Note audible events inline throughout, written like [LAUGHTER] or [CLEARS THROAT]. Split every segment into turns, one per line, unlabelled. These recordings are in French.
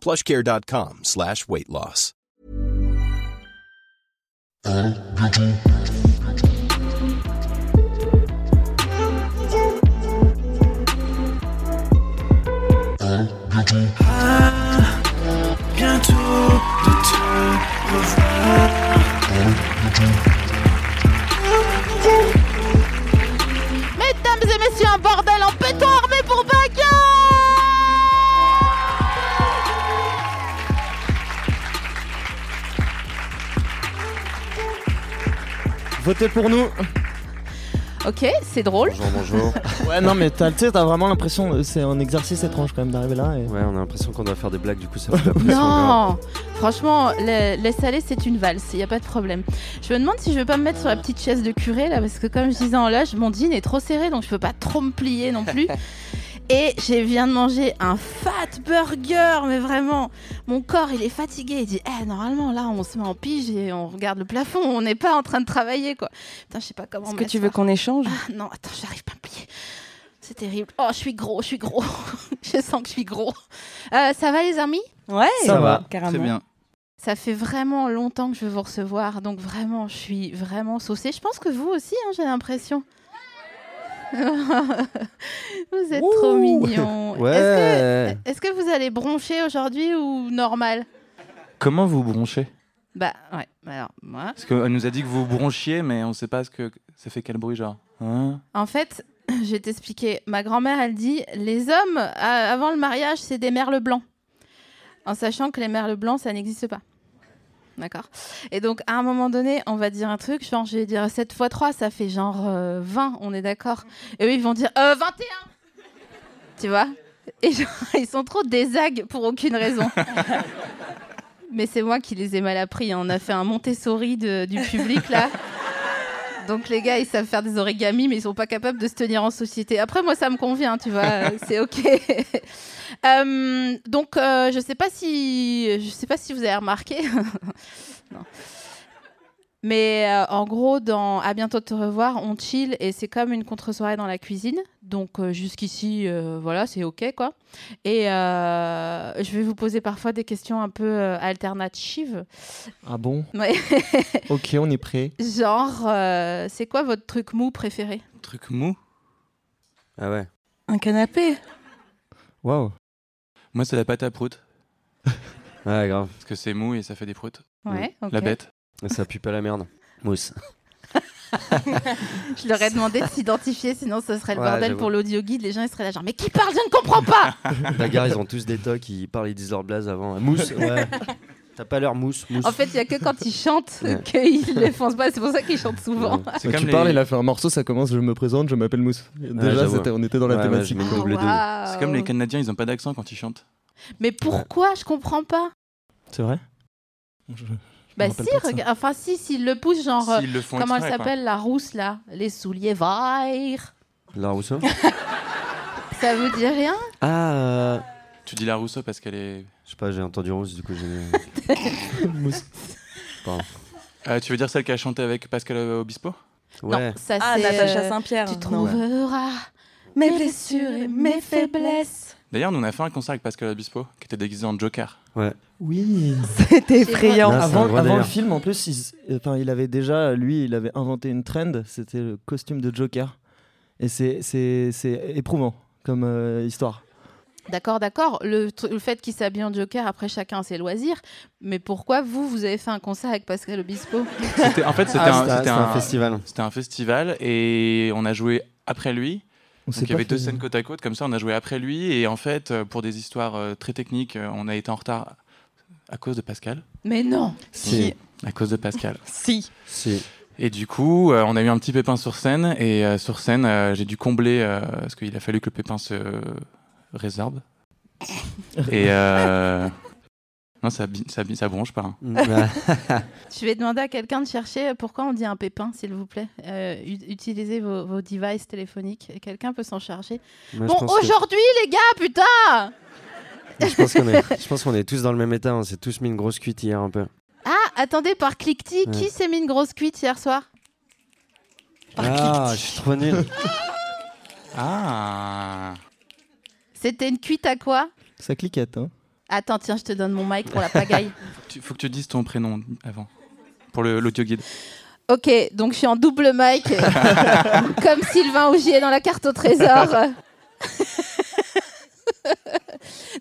plushcare.com slash weight loss.
bientôt de te revoir.
Mesdames et messieurs, un bordel en béton armé pour Baka
Votez pour nous
Ok, c'est drôle.
Bonjour, bonjour.
Ouais, non, mais t'as, tu sais, t'as vraiment l'impression, euh, c'est un exercice étrange quand même d'arriver là. Et...
[LAUGHS] Ouais, on a l'impression qu'on doit faire des blagues, du coup,
[LAUGHS]
ça fait la pression.
Non Franchement, le- laisse aller, c'est une valse, il n'y a pas de problème. Je me demande si je vais pas me mettre sur la petite chaise de curé, là, parce que comme je disais en loge, mon jean est trop serré, donc je peux pas trop me plier
[LAUGHS]
non plus. Et j'ai viens de manger un fat burger, mais vraiment, mon corps il est fatigué. Il dit, eh, normalement là on se met en pige et on regarde le plafond, on n'est pas en train de travailler quoi. Putain, je sais pas comment.
Est-ce que
mettre
tu veux
ça.
qu'on échange
Ah non, attends, j'arrive pas à me plier. C'est terrible. Oh, je suis gros, je suis gros. [LAUGHS] je sens que je suis gros. Euh, ça va les amis
Ouais,
Ça va,
carrément.
Très bien.
Ça fait vraiment longtemps que je veux vous recevoir, donc vraiment, je suis vraiment saucée. Je pense que vous aussi, hein, j'ai l'impression. [LAUGHS] vous êtes trop
Ouh.
[LAUGHS]
mignons. Est-ce
Ouais.
que, est-ce que vous allez broncher aujourd'hui ou normal
Comment vous bronchez
Bah ouais, alors moi.
Parce qu'on nous a dit que vous bronchiez, mais on sait pas ce que ça fait quel bruit, genre. Hein
En fait, [CLEARS THROAT] je vais t'expliquer. Ma grand-mère, elle dit les hommes, a- avant le mariage, c'est des merles blancs. En sachant que les merles blancs, ça n'existe pas. D'accord Et donc, à un moment donné, on va dire un truc, genre, je vais dire 7 x 3, ça fait genre euh, 20, on est d'accord Et eux, ils vont dire euh, 21 Tu vois Et genre, [LAUGHS] ils sont trop désagues pour aucune raison. Mais c'est moi qui les ai mal appris. hein. On a fait un Montessori de- du public, là. Donc les gars, ils savent faire des origamis, mais ils sont pas capables de se tenir en société. Après, moi, ça me convient, tu vois, euh, c'est ok. [LAUGHS] Euh, donc, euh, je sais pas si, je sais pas si vous avez remarqué, [LAUGHS] Non. mais euh, en gros, dans à bientôt de te revoir, on chill et c'est comme une contre-soirée dans la cuisine. Donc euh, jusqu'ici, euh, voilà, c'est ok, quoi. Et euh, je vais vous poser parfois des questions un peu euh, alternatives.
Ah bon
Ouais.
Ok, on est prêt.
Genre, euh, c'est quoi votre truc mou préféré
Truc mou
Ah ouais.
Un canapé
Waouh.
Moi, c'est la pâte à prout.
Ouais, grave.
Parce que c'est mou et ça fait des proutes.
Ouais, ok.
La bête.
Ça pue pas la merde. Mousse.
Je leur ai demandé de s'identifier, sinon ce serait le
Ouais,
bordel
j'avoue.
pour l'audio guide. Les gens ils seraient là genre mais qui parle, je ne comprends pas.
La gare, ils ont tous des tocs, ils parlent, ils disent leur blaze avant. Ah, Mousse,
[LAUGHS]
ouais. T'as pas leur mousse, mousse.
en fait, il y a que quand ils chantent
Ouais.
[LAUGHS] qu'ils les foncent pas. C'est pour ça qu'ils chantent souvent.
Ouais.
C'est comme
tu
les-
parles, il a fait un morceau, ça commence, je me présente, je m'appelle Mousse. Déjà,
j'avoue.
c'était- on était dans la
Ouais, ouais,
thématique.
je mets une
Oh, [LAUGHS]
double douille.
waouh.
C'est comme les Canadiens, ils ont pas d'accent quand ils chantent.
Mais pourquoi je comprends pas
C'est vrai
Bah
rappelle
si,
pas de ça.
regarde- enfin si, s'ils le poussent genre. euh,
S'ils le font
Comment elle
exprès, quoi.
s'appelle la rousse là Les souliers verts.
La Rousseau
Ça vous dit rien
Ah, euh,
Tu dis la Rousseau parce qu'elle est.
je sais pas, j'ai entendu rousse, du coup
[LAUGHS]
j'ai.
Mousse.
Euh, tu veux dire celle qui a chanté avec Pascal Obispo
Ouais.
Non, ça
Ah,
c'est.
Natacha
euh,
Saint-Pierre.
Tu
Non.
trouveras
Mes blessures et mes faiblesses.
D'ailleurs, nous on a fait un concert avec Pascal Obispo qui était déguisé en Joker.
Oui.
C'était effrayant.
effrayant.
Là, c'est un
Avant,
gros
avant le
délire.
film, en plus, il, enfin, il avait déjà, lui, il avait inventé une trend, c'était le costume de Joker. Et c'est, c'est, c'est éprouvant comme euh, histoire.
D'accord, d'accord. Le, tru- le fait qu'il s'habille en Joker, après chacun a ses loisirs. Mais pourquoi vous, vous avez fait un concert avec Pascal
[LAUGHS]
Obispo
C'était- En fait, c'était
Ah,
un,
c'était
c'était
un
un-
festival.
c'était un festival et on a joué après lui.
On
Donc il y avait deux scènes côte à côte, comme ça on a joué après lui, et en fait, euh, pour des histoires euh, très techniques, euh, on a été en retard à cause de Pascal.
Mais non
[LAUGHS]
Si.
À cause de Pascal.
Si.
Si.
Et du coup, euh, on a eu un petit pépin sur scène, et euh, sur scène, euh, j'ai dû combler, euh, parce qu'il a fallu [LAUGHS] que le pépin se résorbe. et euh, Non, ça, bi- ça, bi- ça bronche pas. hein.
Mm.
[LAUGHS] Je vais demander à quelqu'un de chercher euh, pourquoi on dit un pépin, s'il vous plaît. Euh, u- utilisez vos, vos devices téléphoniques. Quelqu'un peut s'en charger.
Moi, je
bon,
pense que-
aujourd'hui, les gars, putain
je pense qu'on est, je pense qu'on est tous dans le même état. On s'est tous mis une grosse cuite hier un peu.
Ah, attendez, par cliquetis, qui
Ouais.
s'est mis une grosse cuite hier soir
Ah, je suis trop nul.
Ah
C'était une cuite à quoi
Ça cliquette, hein.
Attends, tiens, je te donne mon mic pour la pagaille.
tu, Faut que tu dises ton prénom avant. Pour le- l'audio guide.
ok, donc je suis en double mic, comme Sylvain Augier dans la carte au trésor. [LAUGHS]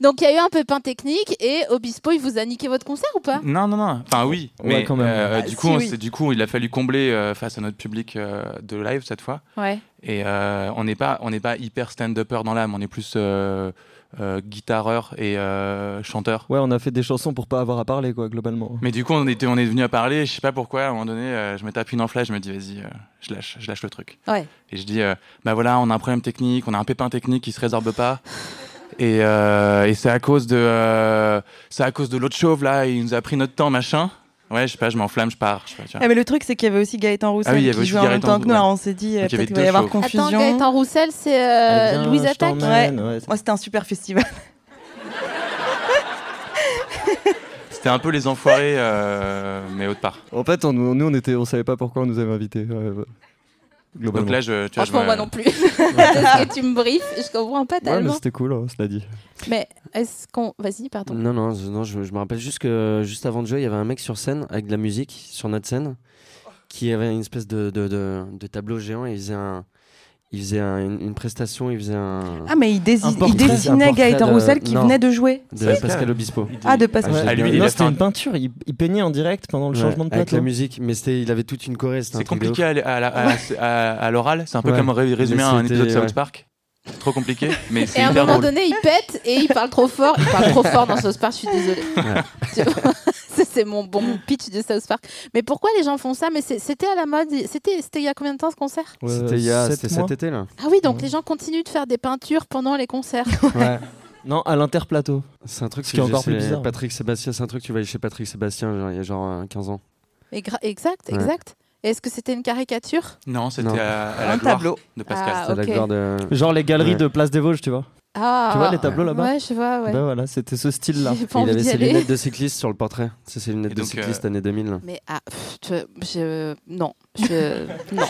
donc il y a eu un pépin technique et Obispo, il vous a niqué votre concert ou pas
Non, non, non. Enfin, oui.
Ouais,
mais
quand même.
euh,
Ah,
du,
si,
coup, on
oui.
s'est- du coup, il a fallu combler euh, face à notre public euh, de live cette fois.
Ouais.
Et euh, on n'est pas, on n'est pas hyper stand-upper dans l'âme. On est plus euh, euh, guitareur et euh, chanteur.
Ouais, on a fait des chansons pour pas avoir à parler, quoi, globalement.
Mais du coup, on, était, on est venu à parler. Je sais pas pourquoi. À un moment donné, euh, je me tape une enflée. Je me dis, vas-y, euh, je lâche, je lâche le truc.
Ouais.
Et je dis, euh, bah voilà, on a un problème technique, on a un pépin technique qui se résorbe pas. Et, euh, et c'est à cause de, euh, c'est à cause de l'autre chauve là. Il nous a pris notre temps, machin. Ouais, je sais pas, je m'enflamme, je pars. Je sais pas, tu vois.
Ah, mais le truc, c'est qu'il y avait aussi Gaëtan Roussel
Ah oui, il y avait
qui
aussi
jouait en même
Gaëtan
temps que nous.
Roussel.
Alors on s'est dit, euh,
Donc il y avait
peut-être qu'il
deux
va y avoir
shows.
confusion.
Attends, Gaëtan Roussel, c'est
Allez,
euh,
viens,
Louise
je
Attaque.
t'emmène, ouais, c'est-
Moi, c'était un super festival.
C'était un peu les enfoirés, euh, mais autre part.
En fait, on, nous, on était, on savait pas pourquoi on nous avait invités. ouais, ouais. Globalement.
Donc là, je, tu vois, je
Franchement,
me-
moi non plus. [LAUGHS] Parce que tu me briefes, je comprends pas
ouais, mais
tellement.
c'était cool, hein, cela dit.
Ah, mais est-ce qu'on. Vas-y, pardon.
Non, non, je- non je, je me rappelle juste que juste avant de jouer, il y avait un mec sur scène avec de la musique, sur notre scène, qui avait une espèce de, de, de- de tableau géant et il faisait, un, il faisait un- une, une prestation, il faisait un.
Ah, mais il, dési-
Un
il
portrait-
un
dessinait
portrait
Gaëtan
euh,
de-
Roussel qui
non.
venait de jouer.
de
Si.
Pascal Obispo.
Ah, de Pascal.
Ah,
Ah, lui, il
non,
a fait
c'était
un-
une peinture. Il, il peignait en direct pendant le
Ouais,
changement de
avec
plateau.
la musique, mais c'était- il avait toute une choré. c'était un
C'est
truc de
compliqué à, la- à la- à la- à- à l'oral. C'est un peu
Ouais.
comme ré- résumer
Mais
un
c'était-
épisode de
ouais.
South Park. C'est trop compliqué, mais
Et
c'est
à un
hyper
moment
drôle.
donné, il pète et il parle trop fort. Il parle trop fort dans South Park, je suis désolée. Tu vois, [LAUGHS] ça, c'est mon bon pitch de South Park. Mais pourquoi les gens font ça Mais c'est- c'était à la mode. C'était c'était il y a combien de temps ce concert
Ouais,
C'était il y a-
sept
c'était
mois.
cet été là.
Ah oui, donc
Ouais.
les gens continuent de faire des peintures pendant les
[LAUGHS]
concerts.
Non, à l'interplateau.
C'est un truc
Ce
que
qui est
j'ai
encore plus
chez
bizarre.
Patrick Sébastien, c'est un truc que tu vas aller chez Patrick Sébastien genre, il y a genre euh, 15 ans.
Et gra- exact,
Ouais.
exact. Et Est-ce que c'était une caricature
Non,
Non.
c'était à, à la
Un
gloire
tableau.
de Pascal.
Ah,
C'était la
ok.
gloire de.
Genre les galeries
Ouais.
de Place des Vosges, tu vois.
Ah,
Tu vois
ah,
les tableaux là-bas
Ouais, je vois, ouais.
Bah voilà, c'était ce style-là.
[LAUGHS] J'ai pas
Il
envie
avait
d'y
ses
aller.
lunettes de cycliste sur le portrait. C'est ses lunettes
Et
de
donc,
cycliste
euh,
année 2000. là.
Mais ah, pff, tu- je, non, je,
[LAUGHS]
non.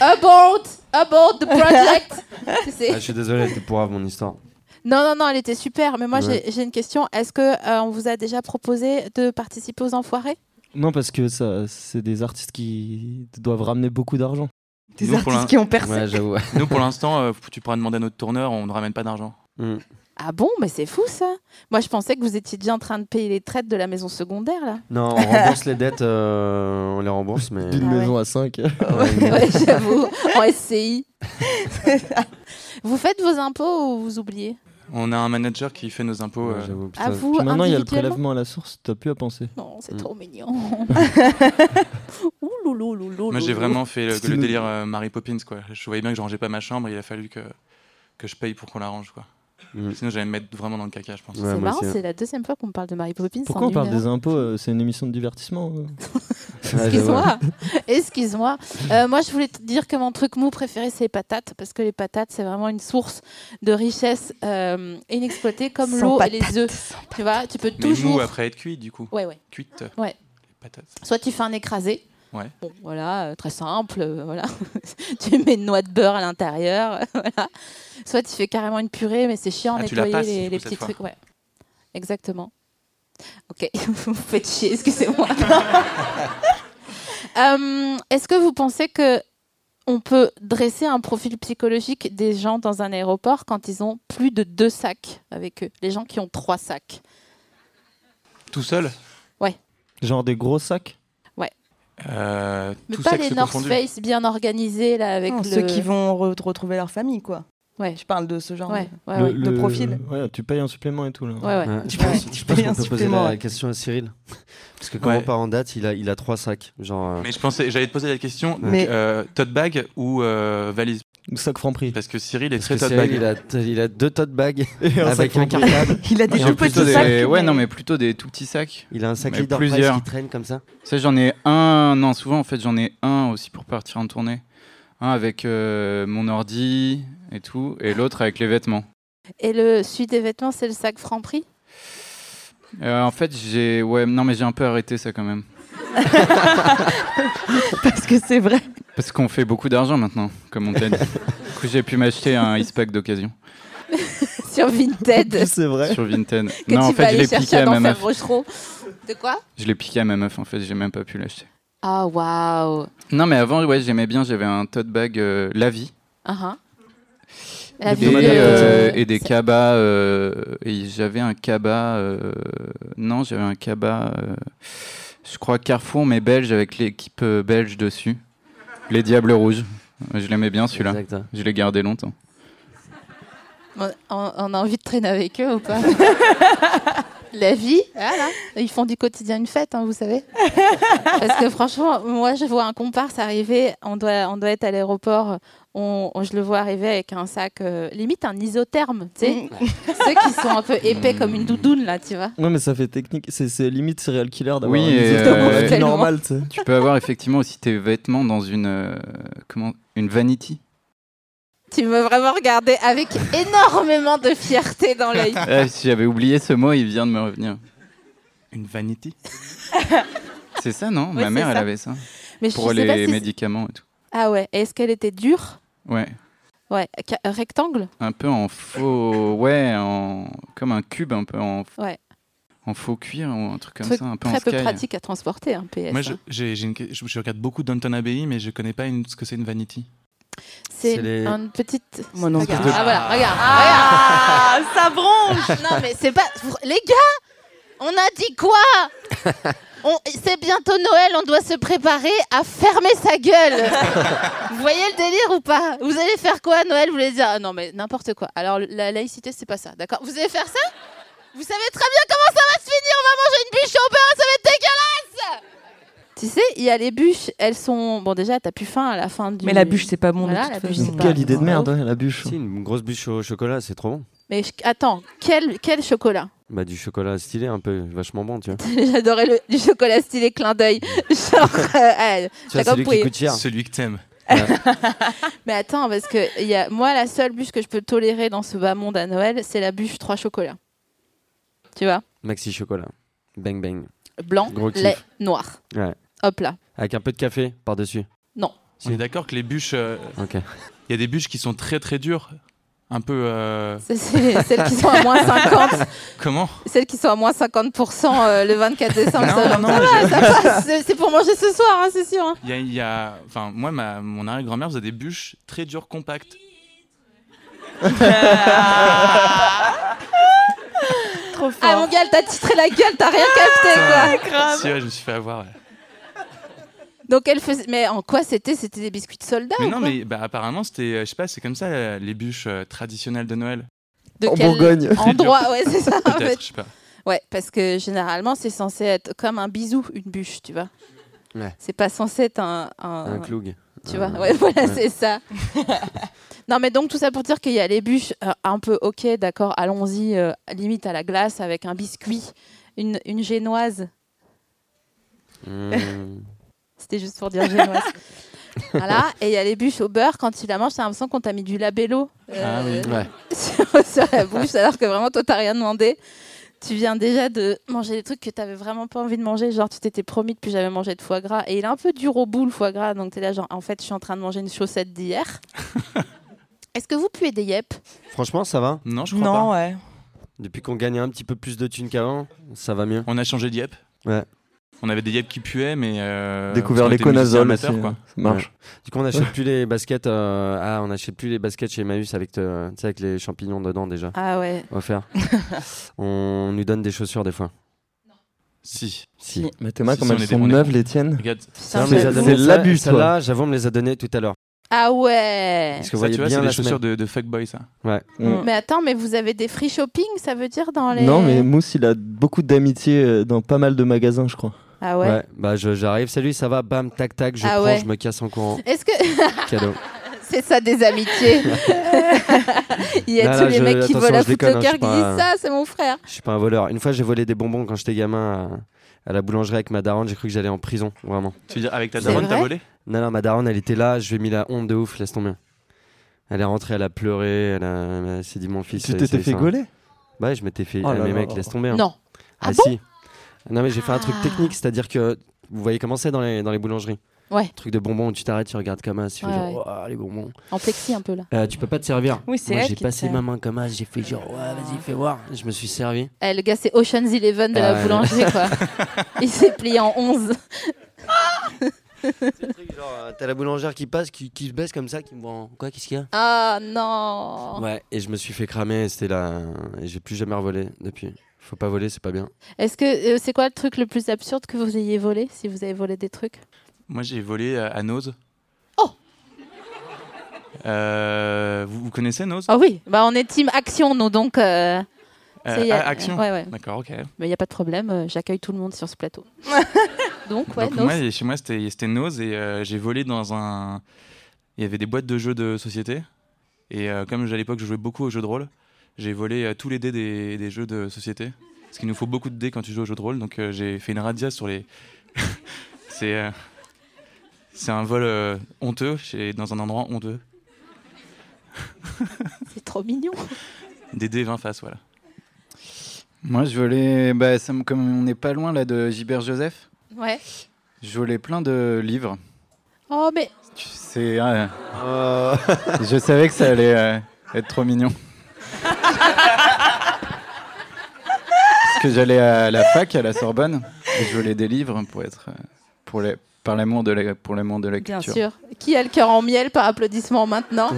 Abort, abort the project. Tu sais.
Ah, je suis désolé, c'était pour mon histoire.
Non, non, non, elle était super. Mais moi,
Ouais.
j'ai- j'ai une question. Est-ce que euh, on vous a déjà proposé de participer aux Enfoirés
Non, parce que ça, c'est des artistes qui doivent ramener beaucoup d'argent.
Des
Nous, pour l'in-
artistes qui ont percé.
[LAUGHS]
Ouais, j'avoue.
Nous, pour l'instant, euh, tu pourras demander à notre tourneur, on ne ramène pas d'argent.
Mm.
Ah bon, mais c'est fou ça. Moi, je pensais que vous étiez déjà en train de payer les traites de la maison secondaire là.
Non, on rembourse les dettes, euh, on les rembourse, mais.
D'une
Ah ouais.
maison à cinq.
[LAUGHS] ouais, j'avoue, en SCI. [LAUGHS] vous faites vos impôts ou vous oubliez
On a un manager qui fait nos impôts.
Ouais,
euh,
j'avoue,
À
putain.
vous,
[LAUGHS] Puis maintenant, il y a le
individuellement
prélèvement à la source, t'as plus à penser.
Non, c'est
Mm.
trop
[LAUGHS]
mignon. Ouh, loulou, loulou,
Moi, j'ai
loulou.
vraiment fait le,
C'est
le
une-
délire euh, Mary Poppins, quoi. Je voyais bien que je rangeais pas ma chambre, il a fallu que, que je paye pour qu'on la range, quoi.
Mm.
Sinon, j'allais me mettre vraiment dans le caca, je pense.
Ouais,
c'est
moi
marrant,
aussi,
c'est la deuxième fois qu'on me parle de Mary Poppins.
Pourquoi
en
on parle
une
des impôts euh, C'est une émission de divertissement.
[LAUGHS]
euh.
Ouais, j'avoue.
Excuse-moi, [LAUGHS] excuse-moi. Euh, moi, je voulais te dire que mon truc mou préféré, c'est les patates, parce que les patates, c'est vraiment une source de richesse euh, inexploitée, comme
Sans
l'eau et les
patates,
œufs. Tu vois, tu peux
Mais nous,
toujours.
après être cuit, du coup.
Ouais, ouais.
Cuite.
Ouais.
Les patates.
Soit tu fais un écrasé.
Ouais.
Bon, voilà, euh, très simple. euh, voilà. [LAUGHS] tu mets une noix de beurre à l'intérieur. euh, [LAUGHS] voilà. Soit tu fais carrément une purée, mais c'est chiant à
Ah, tu la
nettoyer
passes,
les,
du
les
coup, cette
petits
fois.
trucs. Ouais. Exactement. Ok, [LAUGHS] vous me faites chier, excusez-moi. [LAUGHS] Euh, Est-ce que vous pensez que on peut dresser un profil psychologique des gens dans un aéroport quand ils ont plus de deux sacs avec eux Les gens qui ont trois sacs.
Tout seul
Genre des gros sacs.
Euh,
Mais
tout
pas
sexe
les North
confondu.
Face bien organisés là avec
Non,
le...
Ceux qui vont re- retrouver leur famille, quoi.
Ouais.
Je parle de ce genre.
Ouais,
de-
ouais,
Le-
ouais.
de
le-
profil.
Ouais, tu payes un supplément et tout. Là.
Ouais, ouais.
Ouais, je
Ouais.
pense, je pense
Payer un
qu'on peut poser
supplément,
la
ouais.
question à Cyril. Parce que quand
Ouais.
on part en date, il a, il a trois sacs. Genre, euh,
Mais je pensais, j'allais te poser la question,
Mais-
euh, tote bag ou euh, valise
Ou sac Franprix.
Parce que Cyril est
Parce que
très tote
Cyril,
bag.
il a, il a deux tote bags
[LAUGHS] Et un
avec
sac
un
Franprix.
euh,
cartable.
Il a des
Et
Genre
tout
plus,
petits
plutôt
sacs.
des... Ouais,
mais-
non, mais plutôt des tout petits sacs.
Il a un sac
Mais
leader Price
plusieurs.
qui traîne comme ça.
Ça, j'en ai un. Non, souvent, en fait, j'en ai un aussi pour partir en tournée. Un avec euh, mon ordi et tout, et l'autre avec les vêtements.
Et le celui des vêtements, c'est le sac Franprix. [LAUGHS]
Euh, en fait, j'ai. Ouais, non, mais j'ai un peu arrêté ça quand même.
Parce que c'est vrai.
Parce qu'on fait beaucoup d'argent maintenant, comme on t'a dit. du coup, j'ai pu m'acheter un Ispack d'occasion
Sur Vinted.
C'est vrai.
sur Vinted.
[LAUGHS] que
non, en
tu vas
fait, je
aller
l'ai
chercher
piqué
à
à ma
l'enfer
meuf.
Rochereau. De quoi
Je l'ai piqué à ma meuf, en fait, j'ai même pas pu l'acheter.
Ah, waouh.
Non, mais avant, ouais, j'aimais bien, j'avais un tote bag euh, La Vie.
Ah,
Et,
ah.
euh, et des
c'est-
cabas. euh, et j'avais un cabas. euh, non, j'avais un cabas. euh, je crois Carrefour, mais belge, avec l'équipe euh, belge dessus. Les Diables Rouges. Euh, Je l'aimais bien celui-là.
Exact. hein.
Je l'ai gardé longtemps.
On, on- on a envie de traîner avec eux ou [LAUGHS] pas La vie, voilà. Ils font du quotidien une fête, hein, vous [LAUGHS] savez. Parce que franchement, moi, je vois un comparse arriver. On doit, on doit être à l'aéroport. On, on- je le vois arriver avec un sac, euh, limite un isotherme, tu sais. Ceux qui sont un peu épais comme une doudoune, là, tu vois.
Non, mais ça fait technique. C'est- C'est limite serial killer d'avoir
Oui,
un
et,
isotherme
euh,
avec
Tellement.
normal, tu sais.
Tu peux avoir effectivement aussi tes vêtements dans une euh, comment une
[LAUGHS]
vanity.
Tu me vraiment regardé avec énormément de fierté dans l'œil.
Ah, si j'avais oublié ce mot, il vient de me revenir. Une vanity. c'est ça non
Ouais,
Ma mère
c'est
elle
ça.
avait ça
Mais je
pour
sais pas
les
si c'est-
médicaments et tout.
Ah ouais. Est-ce qu'elle était dure
Ouais,
Ouais. Ca- euh, Rectangle
un peu en faux ouais, en comme un cube un peu en
Ouais.
en faux cuir ou un truc comme
Truc
ça, un peu en
Très peu
sky.
pratique à transporter, un PS.
Moi,
hein.
je, j'ai- j'ai une que- je- je regarde beaucoup Downton Abbey, mais je connais pas une- ce que c'est une vanity.
C'est
C'est les-
une petite.
Moi non
Regarde.
plus.
Ah voilà, regarde.
Ah, ça bronze
regarde. Non mais c'est pas. Les gars, on a dit quoi
[LAUGHS]
On- C'est bientôt Noël, on doit se préparer à fermer sa
[LAUGHS]
gueule. Vous voyez le délire ou pas Vous allez faire quoi à Noël Vous allez dire ah, non mais n'importe quoi. Alors la laïcité c'est pas ça, d'accord Vous allez faire ça Vous savez très bien comment ça va se finir. On va manger une bûche au beurre, ça va être dégueulasse. Tu sais, il y a les bûches, elles sont bon déjà t'as plus faim à la fin du.
Mais la bûche, c'est pas bon
Voilà,
de
la
toute
bûche,
façon.
c'est pas-
Quelle idée de merde, ouais, la bûche.
Si, une grosse bûche au chocolat, c'est trop bon.
Mais je- attends, quel quel chocolat
Bah, du chocolat stylé, un peu, vachement bon,
[LAUGHS]
tu vois.
J'adorais le du chocolat stylé clin d'œil. [LAUGHS] Genre, euh, ouais.
Tu vois,
T'as
celui
compris.
qui coûte cher.
Celui que t'aimes.
mais attends, parce que il y a, moi, la seule bûche que je peux tolérer dans ce bas monde à Noël, c'est la bûche 3 chocolats. Tu vois
Maxi chocolat. Bang bang.
Blanc,
Gros kiff.
lait, noir.
Ouais.
Hop là.
Avec un peu de café par-dessus.
On est d'accord que les bûches, euh, il
Mmh. Ok.
y a des bûches qui sont très très dures. Un peu. euh,
Ça, C'est les- celles qui sont à moins 50.
Comment
Celles qui sont à moins 50% euh, le 24 décembre.
Non,
ça,
non, non,
ça
mais
va, ça passe. C'est- C'est pour manger ce soir, hein, c'est sûr. hein.
Il y a, il y a- enfin, moi, ma, mon arrière-grand-mère faisait des bûches très dures, compactes.
Trop
Ah mon Ah,
fort.
gars, elle t'a titré la gueule, t'as rien capté quoi.
Si, ouais, je me suis fait avoir. ouais.
Donc elle faisait. Mais en quoi c'était C'était des biscuits de soldats
Mais
ou
non,
quoi
mais bah, apparemment, c'était, euh, je sais pas, c'est comme ça euh, les bûches euh, traditionnelles de Noël.
De
En
quel
Bourgogne.
Endroit, ouais, c'est ça. en fait.
Peut-être, je sais pas.
Ouais, parce que généralement, c'est censé être comme un bisou, une bûche, tu vois.
Ouais.
C'est pas censé être un. un-
Un cloug.
Ah Tu vois, ouais,
Euh,
[LAUGHS] voilà,
ouais.
c'est
[LAUGHS]
ça. non, mais donc tout ça pour dire qu'il y a les bûches euh, un peu, ok, d'accord, allons-y, euh, limite à la glace avec un biscuit, une, une génoise.
Mmh.
C'était juste pour dire génoise.
[LAUGHS]
voilà, et il y a les bûches au beurre, quand tu la manges, t'as l'impression qu'on t'a mis du labello
Ah oui.
euh,
Ouais.
sur, sur la bouche, alors que vraiment, toi, t'as rien demandé. Tu viens déjà de manger des trucs que t'avais vraiment pas envie de manger. Genre, tu t'étais promis de plus jamais manger de foie gras. Et il est un peu dur au bout, le foie gras. Donc, t'es là, genre, en fait, je suis en train de manger une chaussette d'hier. [LAUGHS] Est-ce que vous puez des yep
Franchement, ça va.
Non, je crois
Non,
pas.
ouais.
Depuis qu'on gagne un petit peu plus de thunes qu'avant, ça va mieux.
On a changé de yep.
Ouais.
On avait des yep qui puaient, mais. euh,
Découvert
on était
les conazoles.
musiciens amateurs,
aussi,
hein.
quoi.
Ça marche.
Du coup, on n'achète plus les baskets. euh, Ah, on n'achète plus les baskets chez Emmaüs avec, euh, tu sais, avec les champignons dedans déjà.
Ah ouais.
Offert. on nous donne des chaussures des fois.
Si.
Si.
Mais Thomas,
Si,
comme
si, on
elles
est
sont
des- on est
neuves,
con.
les tiennes.
Regarde,
Putain,
Ça, on
je-
me les a
c'est
données, ça-
l'abus,
Celle-là, j'avoue, on me les a données tout à l'heure.
Ah ouais.
Parce que vous
ça,
voyez
tu vois,
bien
c'est
la
des chaussures
semaine.
de, de fuckboy, ça.
Mm.
Mais attends, mais vous avez des free shopping, ça veut dire dans les.
Non, mais Mousse, il a beaucoup d'amitié euh, dans pas mal de magasins, je crois.
Ah ouais.
Ouais, bah je- j'arrive, salut, ça va, bam, tac, tac, je
Ah
prends,
ouais.
je me casse en courant,
Est-ce que. [LAUGHS]
cadeau.
C'est ça des
[LAUGHS]
amitiés. Il y a
Non,
tous
non,
les
je-
mecs qui
attention,
volent à
je déconne, hein,
Footlocker
je suis
qui disent
pas-
ça, c'est mon frère.
Je suis pas un voleur. Une fois, j'ai volé des bonbons quand j'étais gamin à, à la boulangerie avec ma daronne. J'ai cru que j'allais en prison, vraiment.
Tu veux dire, avec ta
C'est
daronne, t'as
vrai
volé
Non, non, ma daronne, elle était là. Je lui ai mis la honte de ouf. Laisse tomber. Elle est rentrée, elle a pleuré. Elle, a- elle s'est dit, mon fils.
Tu
ça-
t'étais
ça-
fait
ça-
gauler
Bah, ouais, je m'étais fait.
Oh
Ah,
là
mais
là.
mec, laisse tomber. hein.
Non. Ah.
Ah, si. Non, mais j'ai fait un truc technique, c'est-à-dire que vous voyez comment c'est dans les, dans les boulangeries.
Ouais.
Truc de bonbons où tu t'arrêtes, tu regardes comme as, tu fais
Ouais, ouais.
genre, Ouah, les bonbons.
En plexi un peu là.
Euh, tu peux pas te servir.
Oui, c'est
Moi,
elle
j'ai
qui
passé
te-
ma main comme as, j'ai fait genre, ouais, vas-y, fais voir. Je me suis servi.
Eh, le gars, c'est Ocean's Eleven de
Ah
la
ouais.
boulangerie, [LAUGHS] quoi. Il s'est plié en 11.
Genre, euh, t'as la boulangère qui passe, qui, qui se baisse comme ça, qui me voit en- Quoi, qu'est-ce qu'il y a
Ah non
Ouais, et je me suis fait cramer, et c'était là. Et j'ai plus jamais revolé depuis. Faut pas voler, c'est pas bien.
Est-ce que euh, c'est quoi le truc le plus absurde que vous ayez volé Si vous avez volé des trucs
Moi, j'ai volé euh, à Nose. Oh vous, vous connaissez Nose
Ah oui, bah on est team action, nous donc. euh,
Euh,
c'est- y a-
à- Action
Ouais, ouais.
D'accord, ok.
Mais il n'y a pas de problème, euh, j'accueille tout le monde sur ce plateau. [LAUGHS] donc, ouais,
Donc,
non.
moi, et chez moi, c'était c'était Nose et euh, j'ai volé dans un. Il y avait des boîtes de jeux de société. Et euh, comme à l'époque, je jouais beaucoup aux jeux de rôle, j'ai volé euh, tous les dés des, des jeux de société. Parce qu'il nous faut beaucoup de dés quand tu joues aux jeux de rôle. Donc euh, j'ai fait une radia sur les. [LAUGHS] C'est. euh, C'est un vol euh, honteux, chez, dans un endroit honteux.
c'est trop mignon.
Des dés 20 faces, voilà.
Moi, je volais. Bah, ça me- comme on n'est pas loin là de Gilbert Joseph,
Ouais.
je volais plein de livres.
Oh, mais
Tu sais, euh,
Oh.
je savais que ça allait euh, être trop mignon. Parce que j'allais à la fac, à la Sorbonne, et je volais des livres pour être. euh, Pour les, par l'amour de la, pour l'amour de la
bien
culture.
sûr. Qui a le cœur en miel par applaudissement maintenant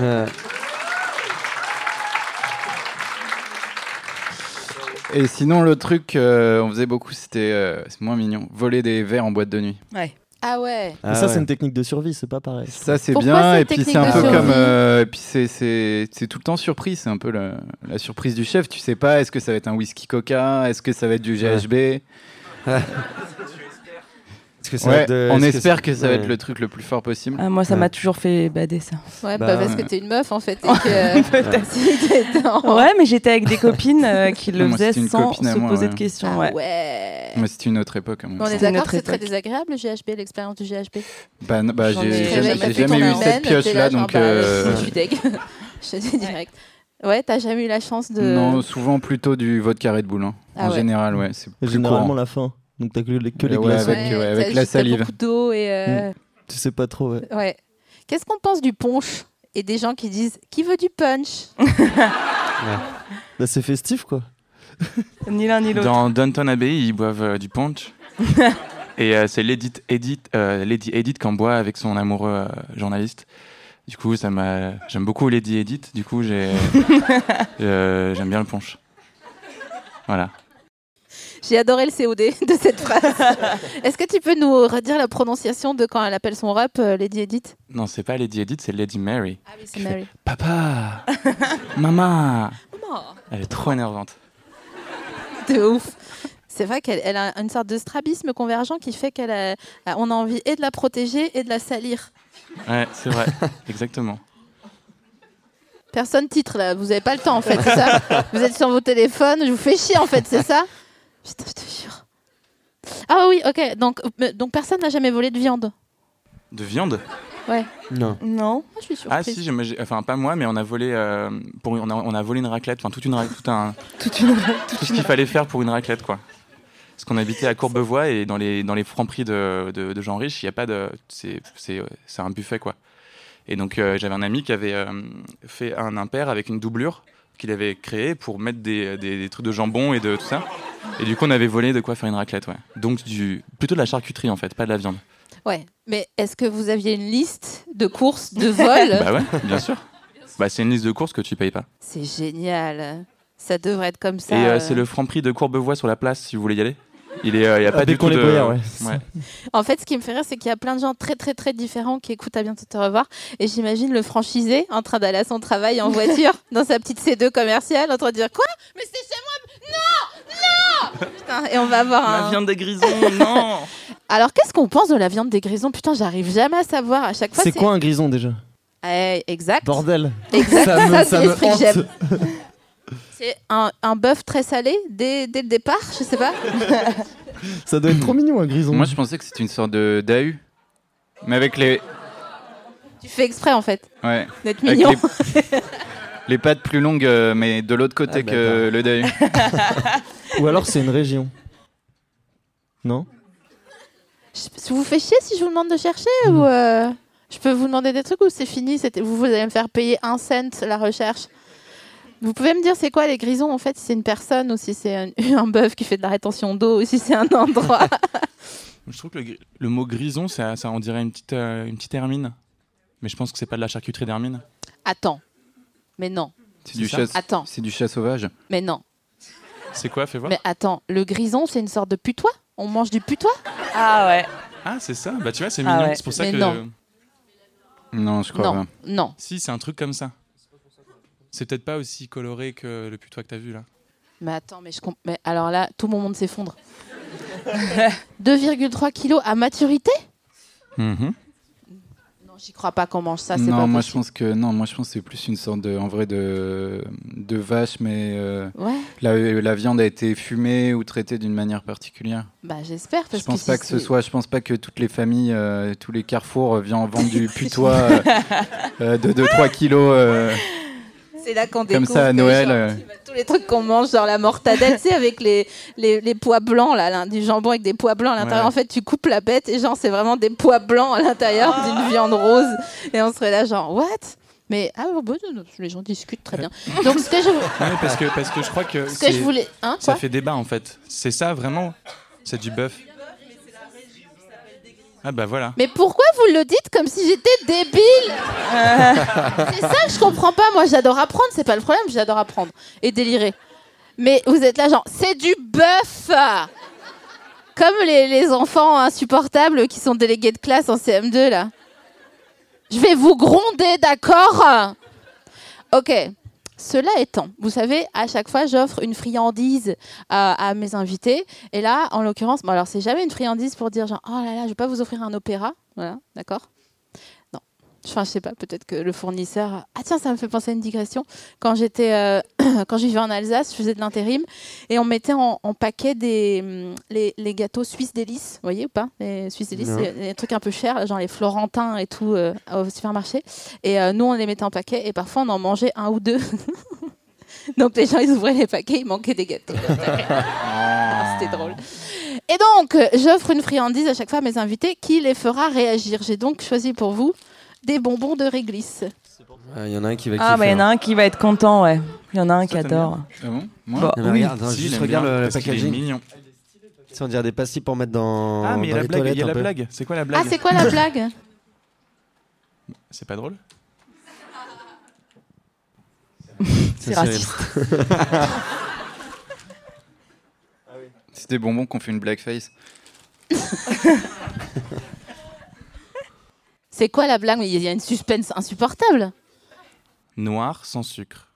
Et sinon, le truc qu'on faisait beaucoup, c'était. euh, c'est moins mignon. Voler des verres en boîte de nuit.
Ah ouais.
Mais ça, c'est une technique de survie, c'est pas pareil.
Ça c'est
Pourquoi
bien
cette
et puis
technique
c'est un
de
peu
survie
comme euh, et puis c'est c'est c'est tout le temps surprise, c'est un peu la, la surprise du chef, tu sais pas est-ce que ça va être un whisky Coca, est-ce que ça va être du GHB.
Est-ce que ça va
Ouais,
être de-
on
est-ce que
espère
c'est-
que ça va
Ouais.
être le truc le plus fort possible.
Ah, moi, ça m'a
Ouais.
toujours fait
[LAUGHS]
bader ça.
Ouais, bah,
Bah,
parce
ouais.
que t'es une meuf en fait. [LAUGHS] Et que...
Peut-être.
si t'étais en-
Ouais, mais j'étais avec des copines euh, qui le
Non, moi,
faisaient
c'était une
sans
copine à
se
moi,
poser
ouais.
de questions.
Ah
Ouais.
ouais.
Mais c'est une autre époque. à mon
Mais on est
sens.
C'est une
d'accord
autre
que c'est très
époque.
désagréable le GHB, l'expérience du GHB.
Bah, n- bah,
J'en
j'ai
ai
j'ai-
jamais
j'ai
fait
jamais,
ton
eu cette pioche là donc
bah,
euh,
[LAUGHS] Je suis deg. Je te dis direct. Ouais, t'as jamais eu la chance de.
non souvent plutôt du vodka Red Bull hein.
euh, Ah
en
ouais.
général ouais c'est
Et
plus
généralement,
courant.
la faim. Donc t'as que les, que
Et
les
ouais,
glaçons.
avec- ouais, avec
t'as
la
juste
salive.
beaucoup d'eau et. euh,
Tu sais pas trop, ouais.
Ouais. Qu'est-ce qu'on pense du punch et des gens qui disent qui veut du punch
Bah, c'est festif, quoi.
Ni l'un ni l'autre.
Dans Downton Abbey, ils boivent euh, du punch. et euh, c'est Ledit Edith, euh, Lady Edith qu'en boit avec son amoureux euh, journaliste. Du coup, ça m'a. J'aime beaucoup Lady Edith. Du coup, j'ai. euh, J'aime bien le punch. Voilà.
J'ai adoré le COD [LAUGHS] de
[LAUGHS]
cette phrase. Est-ce que tu peux nous redire la prononciation de quand elle appelle son rap euh, Lady Edith
Non, c'est pas Lady Edith, c'est Lady Mary.
Ah oui, c'est Mary.
Papa, maman.
Maman.
Elle est trop énervante.
[LAUGHS] De ouf. C'est vrai qu'elle elle a une sorte de strabisme convergent qui fait qu'elle a- a- on a envie et de la protéger et de la salir.
Ouais, c'est vrai. Exactement.
Personne titre là, vous avez pas le temps en fait, c'est ça Vous êtes sur vos téléphones, je vous fais chier en fait, c'est ça Putain, je te jure. Ah oui, ok, donc, mais- donc personne n'a jamais volé de viande.
De viande.
Non.
Non.
Ah, je suis surprise.
Ah si, j'ai- mais j'ai- enfin pas moi, mais on a volé. euh, pour, on, a, on a volé une raclette, enfin toute une, ra- tout un,
[LAUGHS] Toute une.
tout ce qu'il fallait faire pour une raclette, quoi. Parce qu'on habitait à Courbevoie et dans les, dans les francs-prix de, de, de gens riches, il n'y a pas de. C'est c'est- c'est un buffet, quoi. Et donc, euh, j'avais un ami qui avait euh, fait un impair avec une doublure qu'il avait créée pour mettre des, des- des trucs de jambon et de tout ça. Et du coup, on avait volé de quoi faire une raclette, ouais. Donc, du, plutôt de la charcuterie, en fait, pas de la viande.
Ouais, mais est-ce que vous aviez une liste de courses, de
Euh.
vols
[LAUGHS] Bah ouais, bien sûr. Bah, c'est une liste de courses que tu payes pas.
C'est génial. Ça devrait être comme ça.
Et euh,
euh.
c'est le franc-prix de Courbevoie sur la place, si vous voulez y aller. Il est, euh, il y a pas
Ah, dès
du
qu'on les
tout de...
voyait, ouais.
En fait, ce qui me fait rire, c'est qu'il y a plein de gens très très très différents qui écoutent à bientôt te revoir. Et j'imagine le franchisé en train d'aller à son travail en [LAUGHS] voiture dans sa petite C2 commerciale en train de dire quoi Mais c'est chez moi Non Non Putain, et on va hein. avoir un.
La viande des
[LAUGHS]
grisons, non
Alors qu'est-ce qu'on pense de la viande des grisons Putain, j'arrive jamais à savoir à chaque fois.
C'est quoi un grison déjà
Eh, exact. [LAUGHS]
Bordel.
Exact.
Ça me-
Ça,
ça
c'est
me
l'esprit que
hante.
j'aime. C'est un, un bœuf très salé dès, dès le départ, je sais pas.
Ça doit être trop mignon, un grison.
Moi, je pensais que c'était une sorte de d'AU. Mais avec les.
tu fais exprès en fait.
Ouais. Avec
D'être mignon.
les... [LAUGHS] les pattes plus longues, euh, mais de l'autre côté
Ah, bah,
que le DAU.
Ou alors c'est une région. Non
Je- Ça vous fait chier si je vous demande de chercher ou euh, je peux vous demander des trucs ou c'est fini c'était- vous, vous allez me faire payer un cent la recherche Vous pouvez me dire c'est quoi les grisons en fait Si c'est une personne ou si c'est un, [LAUGHS] un bœuf qui fait de la rétention d'eau ou si c'est un endroit
Je trouve que le, gri- le mot grison, ça, ça en dirait une petite, euh, une petite hermine. Mais je pense que c'est pas de la charcuterie d'hermine.
[LAUGHS] Attends. Mais non.
C'est du,
ça
chat...
Attends.
c'est du chat sauvage.
Mais non.
C'est quoi Fais voir.
Mais attends. Le grison c'est une sorte de putois On mange du putois
Ah ouais.
Ah, c'est ça Bah, tu vois, c'est
Ah
mignon.
ouais.
C'est pour ça
Mais
que.
non.
Non, je crois
Non.
pas.
Non.
Si, c'est un truc comme ça. C'est peut-être pas aussi coloré que le putois que t'as vu là.
Mais attends, mais je comp- mais alors là, tout mon monde s'effondre. [LAUGHS] 2,3 kilos à maturité
Mhm.
Non, j'y crois pas qu'on mange ça, c'est
non,
pas
moi je
possible.
pense que non, moi je pense que c'est plus une sorte de, en vrai de, de vache, mais euh,
Ouais,
la, la viande a été fumée ou traitée d'une manière particulière.
bah j'espère parce
je pense
que
pas
si
que ce
c'est-
soit, je pense pas que toutes les familles, euh, tous les carrefours euh, viennent vendre du putois euh, euh, de 2-3 kilos. euh,
C'est là
Comme
qu'on découvre
ça, à
que,
Noël,
genre,
euh.
tu vois, tous les trucs qu'on mange, genre la mortadelle, [LAUGHS] tu sais, avec les, les, les pois blancs, là, là, du jambon avec des pois blancs à l'intérieur.
Ouais.
En fait, tu coupes la bête et genre, c'est vraiment des pois blancs à l'intérieur d'une viande rose. Et on serait là, genre, what Mais ah, bon, bon, non, les gens discutent
Euh.
très bien. Donc, ce que je, vou-
Non, mais parce que, parce que je crois
[LAUGHS]
que,
ce que je
c'est-
voulais. Hein,
ça
quoi
fait débat en fait. C'est ça vraiment C'est du bœuf. Ah bah voilà.
Mais pourquoi vous le dites comme si j'étais débile C'est ça que je comprends pas. Moi, j'adore apprendre, c'est pas le problème, j'adore apprendre et délirer. Mais vous êtes là, genre, c'est du bœuf Comme les, les enfants insupportables qui sont délégués de classe en CM2, là. Je vais vous gronder, d'accord Ok. Cela étant, vous savez, à chaque fois, j'offre une friandise à, à mes invités. Et là, en l'occurrence, bon, alors c'est jamais une friandise pour dire genre oh là là, je vais pas vous offrir un opéra, voilà, d'accord Non. Enfin, je sais pas, peut-être que le fournisseur. Ah tiens, ça me fait penser à une digression. Quand j'étais, euh, [COUGHS] quand je vivais en Alsace, je faisais de l'intérim et on mettait en, en paquet des hum, les, les gâteaux suisses délices, vous voyez ou pas Les suisses délices,
Non.
c'est des trucs un peu chers, genre les florentins et tout euh, au supermarché. Et euh, nous, on les mettait en paquet et parfois on en mangeait un ou deux. Donc les gens, ils ouvraient les paquets, il manquait des
[LAUGHS]
gâteaux. Ah, C'était drôle. Et donc, euh, j'offre une friandise à chaque fois à mes invités qui les fera réagir. J'ai donc choisi pour vous des bonbons de réglisse.
Il y en a un qui va
Ah,
kiffer,
mais il y en a
hein.
un qui va être content, ouais. Il y en a un
Ça,
qui
t'aimes
adore.
Ah bon Moi
Bon.
Non,
Oui.
mais regarde, hein,
Si,
juste
j'aime
regarde
bien,
le, le
parce qu'il est
packaging.
mignon.
Tu sais, on dirait des pastilles pour mettre dans,
Ah mais il y
dans
a la
les
blague, il
toilettes
y a
un
la
peu.
blague. C'est quoi la
Ah,
blague
c'est quoi la blague
C'est pas drôle
C'est
Ça,
raciste.
C'est des bonbons qu'on fait une blackface.
C'est quoi la blague Mais Il y a une suspense insupportable.
Noir sans sucre.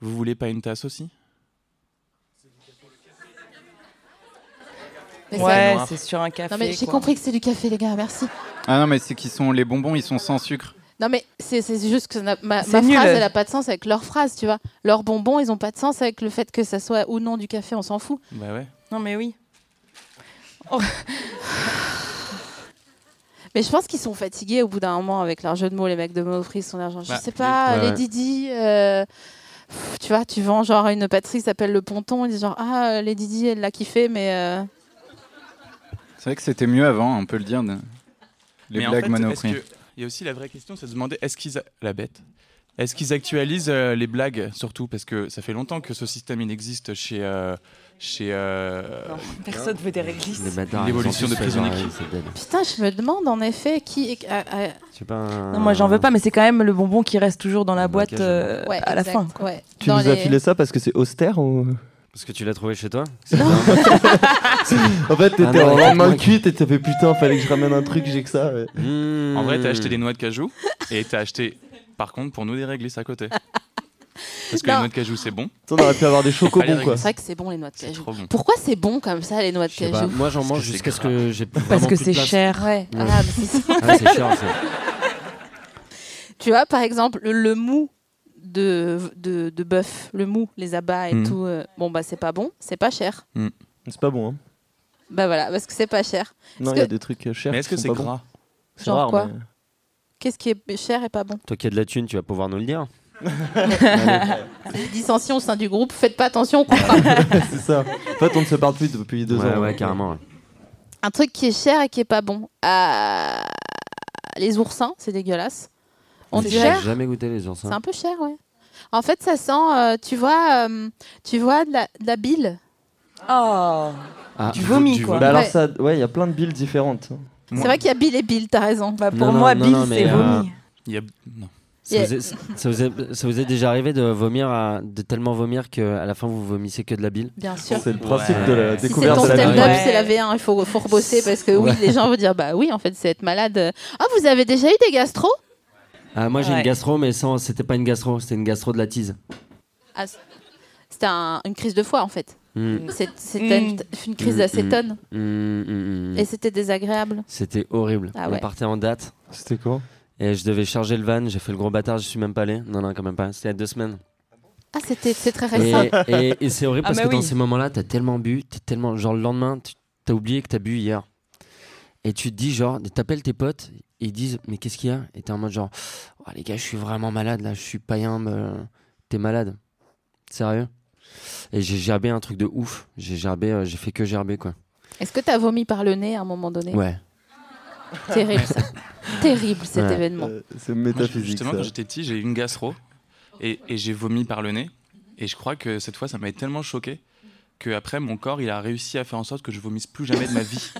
Vous voulez pas une tasse aussi
Mais ça-
Ouais,
noir.
c'est sur un café.
Non mais j'ai
quoi.
compris que c'est du café, les gars, merci.
Ah non, mais c'est qu'ils sont les bonbons, ils sont sans sucre.
Non mais c'est c'est juste que ça n'a- ma,
C'est
ma
nul.
phrase, elle a pas de sens avec leur phrase, tu vois. Leurs bonbons, ils ont pas de sens avec le fait que ça soit ou non du café, on s'en fout.
Bah ouais.
Non, mais oui.
Mais je pense qu'ils sont fatigués au bout d'un moment avec leur jeu de mots, les mecs de Monoprix, son argent.
Bah,
je sais pas,
ouais,
les
ouais.
Didi. euh, pff, tu vois, tu vends genre une pâtisserie qui s'appelle Le Ponton. Ils disent genre, ah, euh, les Didi, elle l'a kiffé, mais. euh,
C'est vrai que c'était mieux avant, on peut le dire. de- Les
Mais en
blagues
fait,
Monoprix.
est-ce que- Il y a aussi la vraie question, c'est de se demander est-ce qu'ils a- la bête Est-ce qu'ils actualisent euh, les blagues surtout parce que ça fait longtemps que ce système il existe chez euh, chez euh,
Non, personne veut des
Les
réglisses.
bâtards,
L'évolution
ils ont
de
tous fait genre,
prisonnier.
ouais, c'est dead.
Putain, je me demande en effet qui. ah, ah,
Je sais pas, un-
Non, moi j'en veux pas, mais c'est quand même le bonbon qui reste toujours dans la
Un
boîte
bagage.
euh,
ouais,
à la
exact,
fin. quoi.
ouais.
Tu
Dans
nous as
les-
filé ça parce que c'est austère ou.
Parce que tu l'as trouvé chez toi
En fait, t'étais
Ah non,
en
mais-
lendemain de cuite et t'as fait putain, fallait que je ramène un truc, j'ai que ça. ouais.
Hmm.
En vrai, t'as acheté des noix de cajou et t'as acheté, par contre, pour nous, des réglisses à côté. Parce que
Non.
les noix de cajou, c'est bon.
Putain, on aurait pu avoir des chocobons
fallait
quoi.
C'est vrai que c'est bon les noix de
C'est
cajou.
trop bon.
Pourquoi c'est bon comme ça les noix de
Je sais pas,
cajou
moi j'en mange
que c'est
jusqu'à ce que j'ai
Parce que c'est cher.
Ouais.
Ouais.
Ah, mais c'est-
Ah, c'est cher ça.
Tu vois, par exemple, le mou de, de, de bœuf, le mou, les abats et
Mhm.
tout. euh, bon, bah, c'est pas bon, c'est pas cher.
C'est pas bon. Hein.
Bah voilà, parce que c'est pas cher.
Non,
Parce
il y a
que-
des trucs euh, chers.
Mais est-ce
qui
que
sont
c'est
pas bons.
gras
C'est
Genre
rare,
quoi
mais-
Qu'est-ce qui est cher et pas bon
Toi qui as de la thune, tu vas pouvoir nous le dire.
Les dissensions au sein du groupe, faites pas attention au contrat.
c'est ça. En fait, on ne se parle plus depuis deux
ouais,
ans.
ouais, carrément. ouais.
Un truc qui est cher et qui est pas bon. Ah, les oursins, c'est dégueulasse. On
J'ai
dirait
jamais goûté les hein.
C'est
oursins.
un peu cher, ouais. En fait, ça sent, euh, tu vois, euh, tu vois de la, de la bile.
Oh.
Ah,
Du vomi,
du
quoi.
Bah alors
Ouais.
ça, ouais, il y a plein de billes différentes.
C'est vrai qu'il y a bile et bile, t'as raison.
Bah,
Non,
pour
non,
moi,
non,
Bill,
non, mais,
c'est
euh,
vomi.
Il y a- non.
Ça vous, est, ça, vous est- ça vous est déjà arrivé de vomir, à- de tellement vomir qu'à la fin vous vomissez que de la bile
Bien sûr.
C'est le principe de la
Si c'est
découverte
ton
de la
stand-up,
bille.
Ouais.
c'est la V1, il faut, faut rebosser parce que oui, les gens vont dire bah oui, en fait, c'est être malade. Ah, vous avez déjà eu des gastro
Ah, moi j'ai
Ouais.
une gastro, mais sans, c'était pas une gastro, c'était une gastro de la tise.
Ah, c- C'était un- une crise de foie, en fait.
Mm,
C'est- C'était
Mm.
une, une crise
Mm,
d'acétone
mm, mm, mm.
et c'était désagréable.
C'était horrible.
Ah
On
ouais.
partait en date
C'était quoi
et je devais charger le van. J'ai fait le gros bâtard, je suis même pas allé. Non, non, quand même pas. C'était il y a deux semaines.
Ah, c'était c'est très
Et,
récent.
et- et c'est horrible
Ah,
parce
mais
que dans
oui.
ces moments-là, t'as tellement bu, t'es tellement genre le lendemain, tu- t'as oublié que t'as bu hier. Et tu te dis genre, t'appelles tes potes, et ils disent mais qu'est-ce qu'il y a Et t'es en mode genre, Oh, les gars, je suis vraiment malade là, je suis païen, me- t'es malade, sérieux Et j'ai gerbé un truc de ouf, j'ai gerbé, euh, j'ai fait que gerber quoi.
Est-ce que t'as vomi par le nez à un moment donné
Ouais.
Terrible
[LAUGHS]
ça. Terrible cet
Ouais.
événement.
Euh, C'est
Moi,
métaphysique.
Justement,
ça.
quand j'étais petit, j'ai eu une gastro et, et j'ai vomi par le nez. Et je crois que cette fois, ça m'avait tellement choqué que après, mon corps, il a réussi à faire en sorte que je vomisse plus jamais de
[LAUGHS]
ma vie.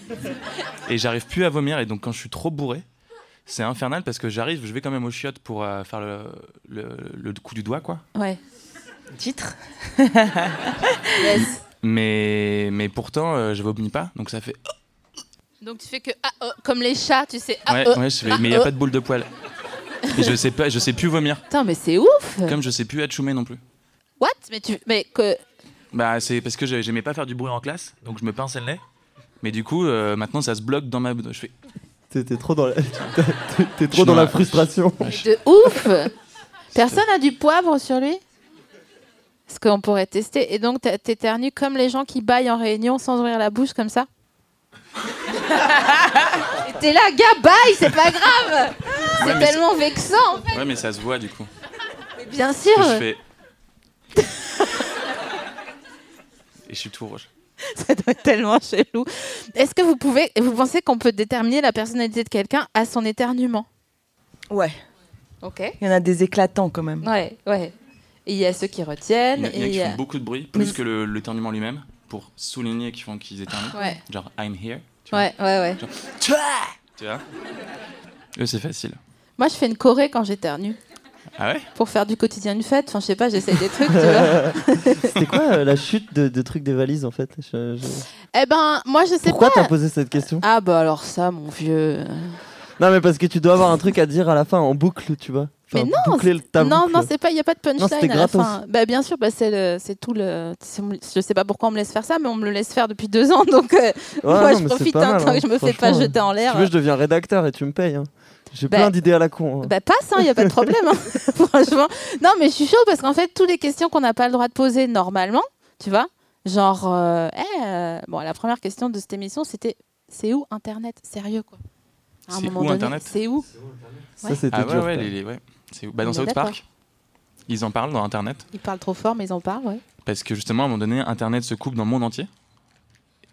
et j'arrive plus à vomir. Et donc, quand je suis trop bourré, c'est infernal parce que j'arrive, je vais quand même aux chiottes pour euh, faire le, le- le coup du doigt, quoi.
Ouais.
Titre
Yes.
Mais, mais pourtant, euh, je vomis pas. Donc, ça fait.
Donc tu fais que ah, oh, comme les chats, tu sais. Ah,
ouais,
oh.
ouais, je fais, mais il n'y a
ah, euh.
pas de boule de poil. Et je sais pas, je sais plus vomir.
Putain, mais c'est ouf.
Comme je sais plus achoumer non plus.
What Mais tu mais que
Bah, c'est parce que j'ai- j'aimais pas faire du bruit en classe, donc je me pinçais le nez. Mais du coup, euh, maintenant, ça se bloque dans ma. Je fais.
T'étais
[LAUGHS]
trop dans la, t'es- t'es
Je
trop dans la
me-
frustration.
de ouf. Personne a du poivre sur lui Ce qu'on pourrait tester. Et donc t'as- t'éternues comme les gens qui baillent en réunion sans ouvrir la bouche comme [LAUGHS] ça. Et T'es là, gars, baille, c'est pas grave. C'est
mais
tellement vexant.
Ouais, mais ça se voit du coup.
Mais bien
Et
sûr.
je fais. Et je suis tout rouge.
[LAUGHS] Ça doit être tellement chelou. Est-ce que vous pouvez, vous pensez qu'on peut déterminer la personnalité de quelqu'un à son éternuement
Ouais.
Ok.
Il y en a des éclatants quand même.
Ouais, ouais. Et Il y a ceux qui retiennent.
Il y
et
en a- il y en a
il
qui
y a-
font beaucoup de bruit, plus que le- l'éternuement lui-même, pour souligner qu'ils font qu'ils éternuent.
Ouais,
Genre, I'm here. tu
ouais, ouais, ouais.
Tu vois Eux, c'est facile.
Moi, je fais une choré quand j'éternue
Ah ouais
pour faire du quotidien une fête. Enfin, je sais pas, j'essaie des trucs. tu vois.
C'était quoi euh, la chute de, de trucs des valises en fait Je- je-
[LAUGHS] Eh ben, moi, je sais
Pourquoi
pas.
t'as posé cette question
Ah bah alors ça, mon vieux.
Non mais parce que tu dois avoir un truc à dire à la fin en boucle, tu vois.
Mais
Enfin,
non,
boucler le- ta
non,
boucle.
non, c'est pas, il y a pas de
Non, c'était
punchline à la
gratos.
fin. Bah bien sûr, bah c'est le, c'est tout le. c'est mon- Je sais pas pourquoi on me laisse faire ça, mais on me le laisse faire depuis deux ans, donc euh,
Ouais,
moi
non,
je
mais c'est
profite
pas
un
mal,
temps
hein.
que je me fais pas
Franchement,
jeter en
Si
l'air.
tu veux, je deviens rédacteur et tu me payes. hein. J'ai
Bah-
plein d'idées à la con. hein.
Bah passe, il n'y a pas de problème, hein. [LAUGHS] franchement. Non, mais je suis chaud parce qu'en fait, toutes les questions qu'on n'a pas le droit de poser normalement, tu vois, genre, euh, eh, euh, bon, la première question de cette émission, c'était, c'est où Internet Sérieux, quoi. À un
C'est
moment
où,
donné,
Internet
C'est où
Ça c'était
Ah ouais,
dur.
ouais,
ça.
les, les- ouais. C'est- Bah, dans
On est
South
d'accord.
Park, ils en parlent dans Internet.
Ils parlent trop fort, mais ils en parlent, ouais.
Parce que justement, à un moment donné, Internet se coupe dans le monde entier.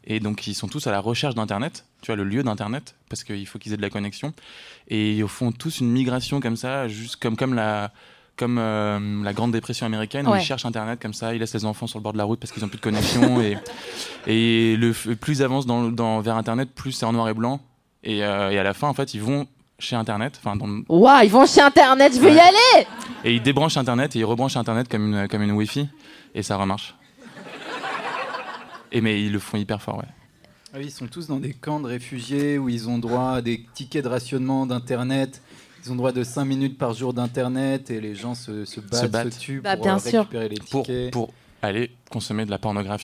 Et donc, ils sont tous à la recherche d'Internet, tu vois, le lieu d'Internet, parce qu'il faut qu'ils aient de la connexion. Et ils font tous une migration comme ça, juste comme, comme, la, comme euh, la Grande Dépression américaine, où
Ouais.
ils cherchent Internet comme ça, ils laissent les enfants sur le bord de la route parce qu'ils n'ont plus de connexion. et et le, f- plus ils avancent dans, dans- vers Internet, plus c'est en noir et blanc. Et, euh, et à la fin, en fait, ils vont chez Internet, enfin, dans, le-
Waouh, ils vont chez Internet, je veux y
Ouais.
aller
et ils débranchent Internet et ils rebranchent Internet comme une, comme une Wi-Fi et ça remarche. Et mais ils le font hyper fort, ouais.
Ah oui, ils sont tous dans des camps de réfugiés où ils ont droit à des tickets de rationnement d'Internet. Ils ont droit de 5 minutes par jour d'Internet et les gens se, se battent, se,
battent.
tuent
Bah,
pour
bien
euh,
sûr.
récupérer les
Pour,
tickets.
pour aller consommer de la pornographie.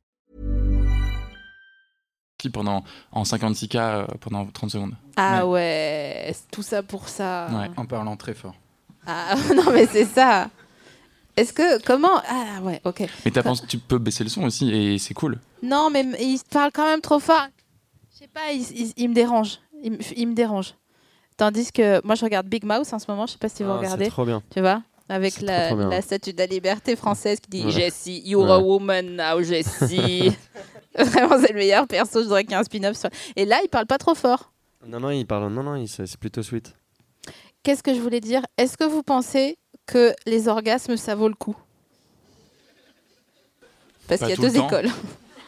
Qui pendant en 56K euh, pendant 30 secondes.
Ah ouais, c'est tout ça pour ça.
Ouais. En parlant très fort.
Ah [LAUGHS] non, mais c'est ça. Est-ce que comment Ah ouais, ok.
Mais t'as pensé que tu peux baisser le son aussi et c'est cool.
Non, mais m- il parle quand même trop fort. Je sais pas, il, il- il me dérange. Il, me- il me dérange. Tandis que moi, je regarde Big Mouth en ce moment. Je sais pas si vous
Ah,
regardez.
c'est trop bien.
Tu vois avec
C'est
la,
trop, trop bien.
la statue de la liberté française qui dit
Ouais.
Jessie, you're a
Ouais.
woman now,
[LAUGHS]
Jessie. Vraiment, c'est le meilleur perso. Je voudrais qu'il y ait un spin-off. sur- Et là, il parle pas trop fort.
Non, non, il parle. Non, non, il- c'est c'est plutôt sweet.
Qu'est-ce que je voulais dire Est-ce que vous pensez que les orgasmes, ça vaut le coup Parce
Pas
qu'il y a
tout le
deux
temps.
écoles.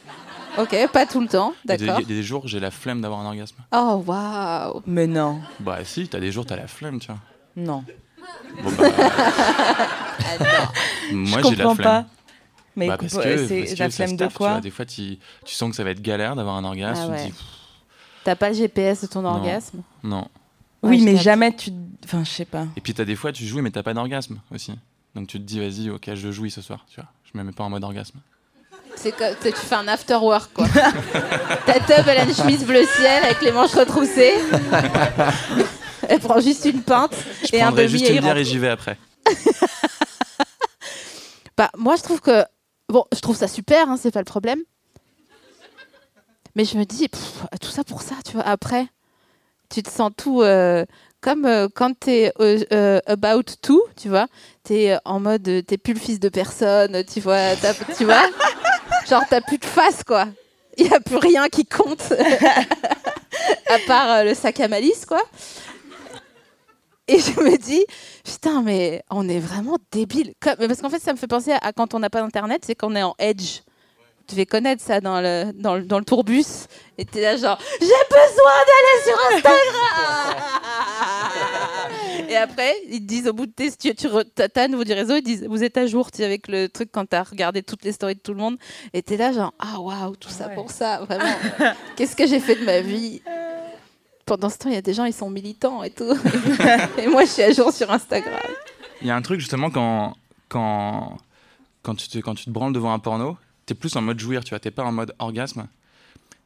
[LAUGHS] ok, pas tout le temps,
Il y a des-
d'accord.
Il y a des jours j'ai la flemme d'avoir un orgasme.
Oh, waouh
Mais non.
Bah si, t'as des jours t'as la flemme, tu vois.
Non.
Bon, bah,
Je
Moi j'ai la
comprends
flemme.
pas. Mais
Bah,
écoute,
parce que-
c'est
parce que
la
ça se
flemme de
tape, tu
quoi
vois, Des fois tu, tu sens que ça va être galère d'avoir un orgasme.
Ah
tu te
ouais.
dis,
T'as pas le GPS de ton
Non.
orgasme
non.
Oui,
Ouais, je
mais
tape.
jamais tu. Enfin, je
[LAUGHS]
sais pas.
Et puis t'as des fois tu joues mais t'as pas d'orgasme aussi. Donc tu te dis vas-y ok je jouis ce soir, tu vois. Je me mets pas en mode orgasme.
C'est comme c'est- tu fais un after work, quoi. [LAUGHS] Ta teub, elle a une chemise bleu ciel avec les manches
[LAUGHS]
retroussées. elle prend juste une pinte
Je
et un
prendrai
demi
juste
et
une bière
rentre.
et j'y vais après.
Bah, moi, je trouve que. Bon, je trouve ça super, hein, c'est pas le problème. Mais je me dis, pff, euh, tout ça pour ça, tu vois. Après, tu te sens tout. euh, comme euh, quand t'es euh, euh, about to, tu vois. T'es euh, en mode. euh, T'es plus le fils de personne, tu vois. t'as- tu vois Genre, t'as plus de face, quoi. Il n'y a plus rien qui compte. à part euh, le sac à malice, quoi. Et je me dis, putain, mais on est vraiment débile. Comme- mais Parce qu'en fait, ça me fait penser à, à quand on n'a pas d'internet, c'est qu'on est en edge. Tu devais connaître ça dans le, dans le, dans le tourbus. Et t'es là, genre, j'ai besoin d'aller sur Instagram Et après, ils te disent au bout de tes. Tu, tu re- t'as- t'as à nouveau du réseau, ils disent, vous êtes à jour, tu sais, avec le truc quand t'as regardé toutes les stories de tout le monde. Et t'es là, genre, ah waouh, tout ça pour ça, vraiment. [LAUGHS] Qu'est-ce que j'ai fait de ma vie pendant ce temps, il y a des gens, ils sont militants et tout. [LAUGHS] et moi, je suis à jour sur Instagram.
Il y a un truc justement quand quand quand tu te quand tu te branles devant un porno, t'es plus en mode jouir, tu vois, t'es pas en mode orgasme.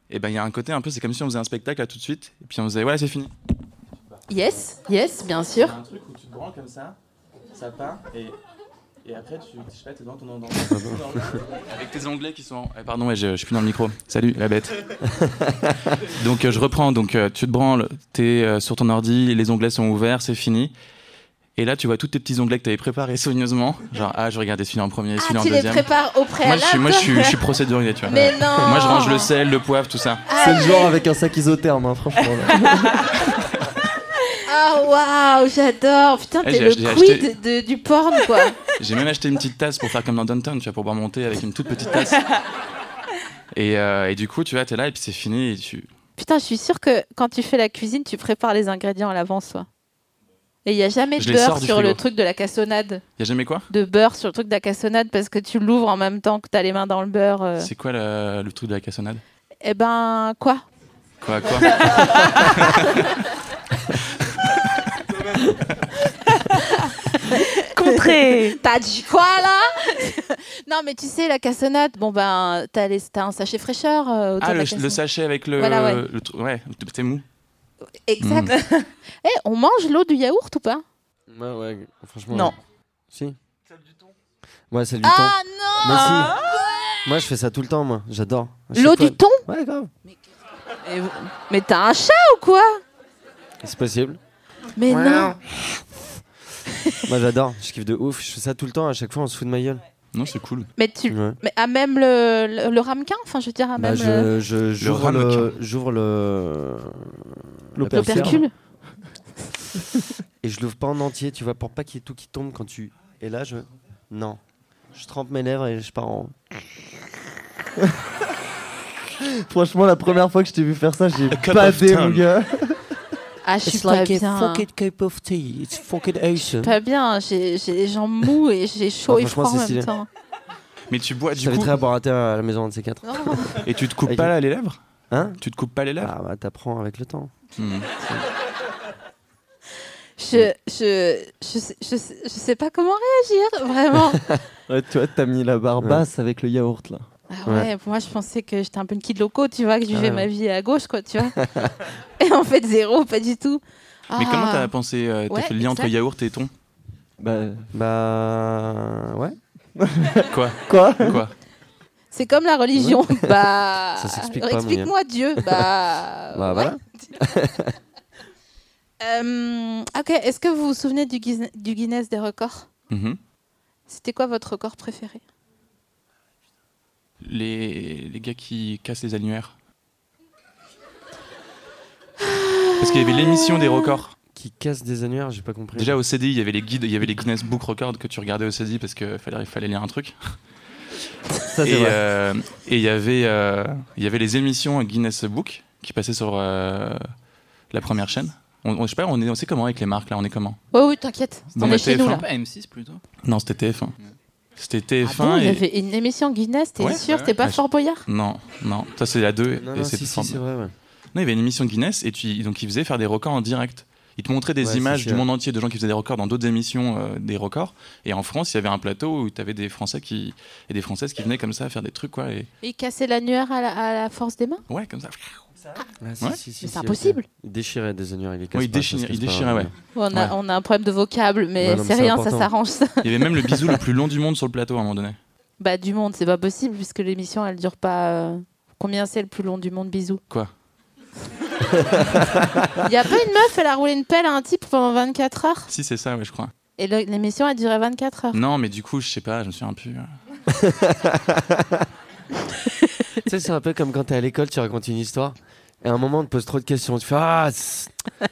Et ben il y a un côté un peu, c'est comme si on faisait un spectacle là tout de suite et puis on faisait ouais c'est fini.
Yes, yes, bien sûr.
truc où tu te branles comme ça, ça part et, et après tu je sais pas, t'es dans ton endroit. [LAUGHS] Avec tes onglets qui sont. en- eh, pardon, ouais, je, je suis plus dans le micro. Salut la [LAUGHS] bête. donc euh, je reprends. Donc euh, tu te branles, t'es euh, sur ton ordi, les onglets sont ouverts, c'est fini. Et là, tu vois tous tes petits onglets que t'avais préparés soigneusement. Genre, ah, je regardais celui-là en premier, celui-là en
tu les
deuxième.
prépares au
Moi, je suis, moi, je suis,
préalable.
je suis procédurier, tu vois.
Mais non.
[LAUGHS] Moi, je range le sel, le poivre, tout ça.
C'est le genre avec un sac isotherme, hein, franchement.
[LAUGHS] Ah waouh, j'adore. Putain,
Eh,
t'es
j'ai
le
ach- j'ai
quid
acheté-
de- du porn, quoi. [LAUGHS]
J'ai même acheté une petite tasse pour faire comme dans Downtown, tu vois, pour boire mon thé avec une toute
[LAUGHS]
petite tasse. Et, euh, et du coup, tu vois, t'es là et puis c'est fini. Et tu...
Putain, je suis sûre que quand tu fais la cuisine, tu prépares les ingrédients à l'avance, toi. Et il n'y a jamais
Je
de
les
beurre
sors du
sur le
frigo.
truc de la cassonade.
Y a jamais quoi
De beurre sur le truc de la cassonade parce que tu l'ouvres en même temps que t'as les mains dans le beurre. euh.
C'est quoi le, le truc de la cassonade
Eh ben, quoi [LAUGHS]
Quoi, quoi
Contré
T'as dit quoi là [LAUGHS] Non mais tu sais la cassonade, bon ben t'as, les, t'as un sachet fraîcheur euh, autour
Ah,
de la
le, le
cassonade.
sachet avec le.
Voilà, ouais.
le truc- ouais, t'es mou.
Exact.
Hmm.
[LAUGHS] Eh, on mange l'eau du yaourt ou pas
Ouais, ouais, franchement.
Non.
Si. Ouais, celle du
Ah
thon.
non
Mais si. Moi, je fais ça tout le temps, moi. J'adore. À chaque
L'eau
fois-
du thon
Ouais, grave.
mais, mais t'as un chat ou quoi
C'est possible.
Mais non
Moi, j'adore. Je kiffe de ouf. Je fais ça tout le temps. À chaque fois, on se fout de ma gueule.
Non, c'est cool.
Mais tu.
Ouais.
Mais à même le, le, le ramequin Enfin, je veux dire, à
Bah,
même euh, le,
je, je, j'ouvre
ramequin.
le, j'ouvre le,
le percule
et je l'ouvre pas en entier, tu vois, pour pas qu'il y ait tout qui tombe quand tu. Et là, je. Non. Je trempe mes lèvres et je pars en.
franchement, la première fois que je t'ai vu faire ça, j'ai
Cut
pas
of
dé,
tongue.
mon gars.
Ah, je suis
It's
pas
like
bien. hein.
a fucking cup of tea. It's fucking awesome.
Pas bien, j'ai j'ai les jambes mous et j'ai chaud
Ah,
et froid
franchement,
en
c'est
même
stylé.
temps.
Mais tu bois
Je
du
t'inviterai
coup-
à boire à terre à la maison un de ces quatre.
Et tu te coupes pas là, les lèvres
Hein
Tu te coupes pas les lèvres Hmm.
Ah bah t'apprends avec le temps.
Je, je, je, sais- je, sais- je sais pas comment réagir, vraiment.
Ouais, tu vois, t'as mis la barre
Ouais.
basse avec le yaourt là.
Ah ouais, pour moi, je pensais que j'étais un peu une kid loco, tu vois, que je
Ah
vivais
ouais.
ma vie à gauche, quoi, tu vois. [LAUGHS] et en fait, zéro, pas du tout.
Mais
Ah.
comment t'as pensé, euh, t'as
Ouais,
fait le lien entre
exact.
yaourt et thon
Bah,
bah
Euh,
ouais.
Quoi
Quoi
Quoi
C'est comme la religion. bah.
Ça s'explique pas,
alors
mon
Explique-moi
gars.
[LAUGHS]
Dieu. Bah.
Bah,
ouais.
voilà.
Euh, ok, est-ce que vous vous souvenez du, Guiz- du Guinness des records
Mhm.
C'était quoi votre record préféré
les, les gars qui cassent les annuaires. Parce qu'il y avait l'émission des records.
Qui casse des annuaires, j'ai pas compris.
Déjà au CDI, il y avait les guides, il y avait les Guinness Book Records que tu regardais au CDI parce qu'il fallait, il fallait lire un truc.
c'est
et
vrai.
euh, et il y avait euh, il y avait les émissions Guinness Book qui passaient sur euh, la première chaîne. On, on- je sais pas, on est, on sait comment avec les marques là, on est comment
Ouais, Oh oui, t'inquiète.
Dans
On
la
est chez nous, là.
TF1.
M6 plutôt.
Non, c'était TF1. C'était TF1
Ah bon, il y
et-
avait une émission Guinness, t'es
Ouais.
sûr T'es pas
Ah, je-
Fort Boyard
Non, non, ça euh, c'est la 2.
Non, non, si, si, c'est vrai, ouais.
Non, il y avait une émission de Guinness et tu, donc ils faisaient faire des records en direct. Ils te montraient des
Ouais,
images
c'est
du
sûr.
monde entier de gens qui faisaient des records dans d'autres émissions, euh, des records. Et en France, il y avait un plateau où tu avais des Français qui, et des Françaises qui venaient comme ça faire des trucs, quoi. Et...
Il cassait l'annuaire à, la- à la force des mains
Ouais, comme ça.
Ah, si,
Ouais.
si, si,
Mais
si,
c'est
ok.
impossible.
Il déchirait des annuaires, il les casse
Oui, il
pas, ça se
déchirait,
casse
il
pas,
déchirait, ouais.
on, a, on a un problème de vocable, mais
Ouais, non, mais
c'est
c'est
rien, ça
important.
s'arrange. ça.
Il y avait même le bisou le plus long du monde sur le plateau à un moment donné.
Bah, du monde, c'est pas possible, puisque l'émission, elle dure pas. euh, Combien c'est le plus long du monde Bisous.
Quoi
Il [LAUGHS] y a pas une meuf, elle a roulé une pelle à un type pendant 24 heures.
Si, c'est ça, ouais, je crois.
Et le- l'émission a duré 24 heures.
Non, mais du coup, je sais pas, je me souviens plus.
Tu sais, c'est un peu comme quand t'es à l'école, tu racontes une histoire. Et à un moment, on te pose trop de questions. Tu fais Ah, c'est-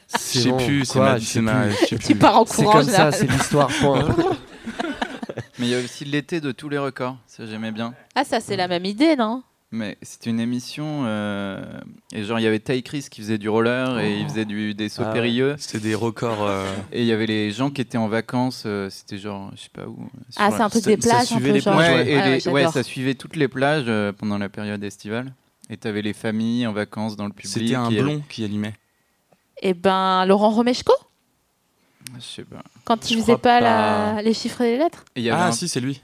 c'est
Je sais
bon,
plus, c'est
quoi,
ma-
je sais
c'est ma-
plus.
je sais Tu plus. pars en courant,
C'est comme ça,
généralement.
c'est l'histoire.
Ah
point.
Mais il y a aussi l'été de tous les records, ça j'aimais bien.
Ah, ça, c'est la même idée, non
Mais c'était une émission euh, et genre il y avait Ty Chris qui faisait du roller et il faisait du, des euh, sauts
Ah ouais.
périlleux.
C'était des records.
Et il y avait les gens qui étaient en vacances. euh, c'était genre je sais pas où. euh,
Ah,
sur-
c'est un truc Ça- des ça plages, un suivait peu, les genre. plages,
Ouais,
ouais.
et
Ah ouais,
les- ouais,
j'adore.
ça suivait toutes les plages euh, pendant la période estivale. Et t'avais les familles en vacances dans le public.
C'était un
et- euh,
blond qui animait.
Eh ben, Laurent Romeshko,
Je sais pas.
quand il
Je
faisait
crois
pas, la- les chiffres et les lettres.
Et il y avait
Ah,
un-
si, c'est lui.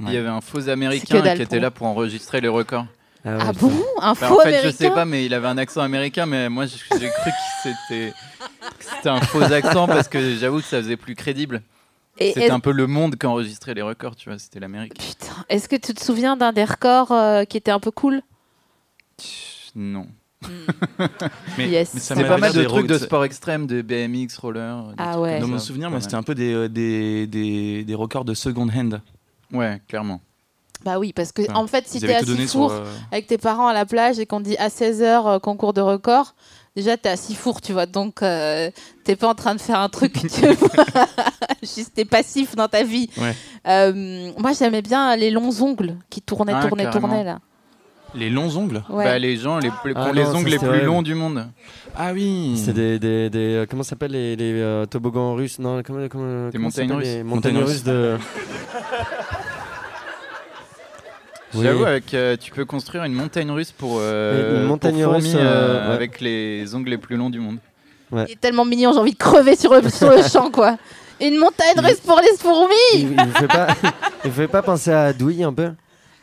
Il y avait un faux
C'est que
américain
dalle
qui
pour
était là pour enregistrer les records.
[LAUGHS]
Ah,
Ah bon Un
Enfin,
faux
En fait, je
américain
sais pas, mais il avait un accent américain, mais moi j'ai j'ai cru que c'était que c'était un faux accent parce que j'avoue que ça faisait plus crédible.
Et
C'était
est-
un peu le monde qui enregistrait les records, tu vois, c'était l'Amérique.
Est-ce que tu te souviens d'un des records euh, qui était un peu cool
Non.
Mais- Yes. mais ça
c'est
m'a
pas mal
l'air
de
des
trucs de
routes.
sport extrême, de BMX, roller. des
Ah
trucs
ouais.
comme
Dans
ça,
mon
pas
souvenir, moi,
mal.
c'était un peu des, euh, des, des, des records de second hand.
Ouais, clairement.
Bah oui, parce que
Enfin,
en fait, si
ils
t'es
avaient tout
à
donné
six fours
sur, euh,
avec tes parents à la plage et qu'on te dit à 16h concours de record, déjà t'es à six fours, tu vois. Donc euh, t'es pas en train de faire un
[LAUGHS]
truc, tu vois. [LAUGHS] Juste t'es passif dans ta vie.
Ouais.
Euh, moi, j'aimais bien les longs ongles qui tournaient,
Ah,
tournaient,
carrément.
tournaient là.
Les longs ongles
Ouais.
Bah, les gens les, plus- qui
Ah
ont les
non, ça,
ongles les
c'est
plus
horrible.
longs du monde.
Ah oui
C'est des, des, des, euh, Comment ça s'appelle les, les euh, toboggans russes Non, comment, comment,
Des
comment ça
montagnes
s'appelle,
russes.
Les montagnes
Montagnes
russes de. Oui.
J'avoue, avec, euh, tu peux construire une montagne russe pour, euh,
Une
pour
montagne
fourmis,
russe, euh,
euh,
ouais.
avec les ongles les plus longs du monde. Bah,
Il est tellement mignon, j'ai envie de crever sur
[LAUGHS]
le, sur le champ, quoi. Une montagne russe pour les
Il,
fourmis
il vous fait pas, [LAUGHS] il vous fait pas penser à Douy un peu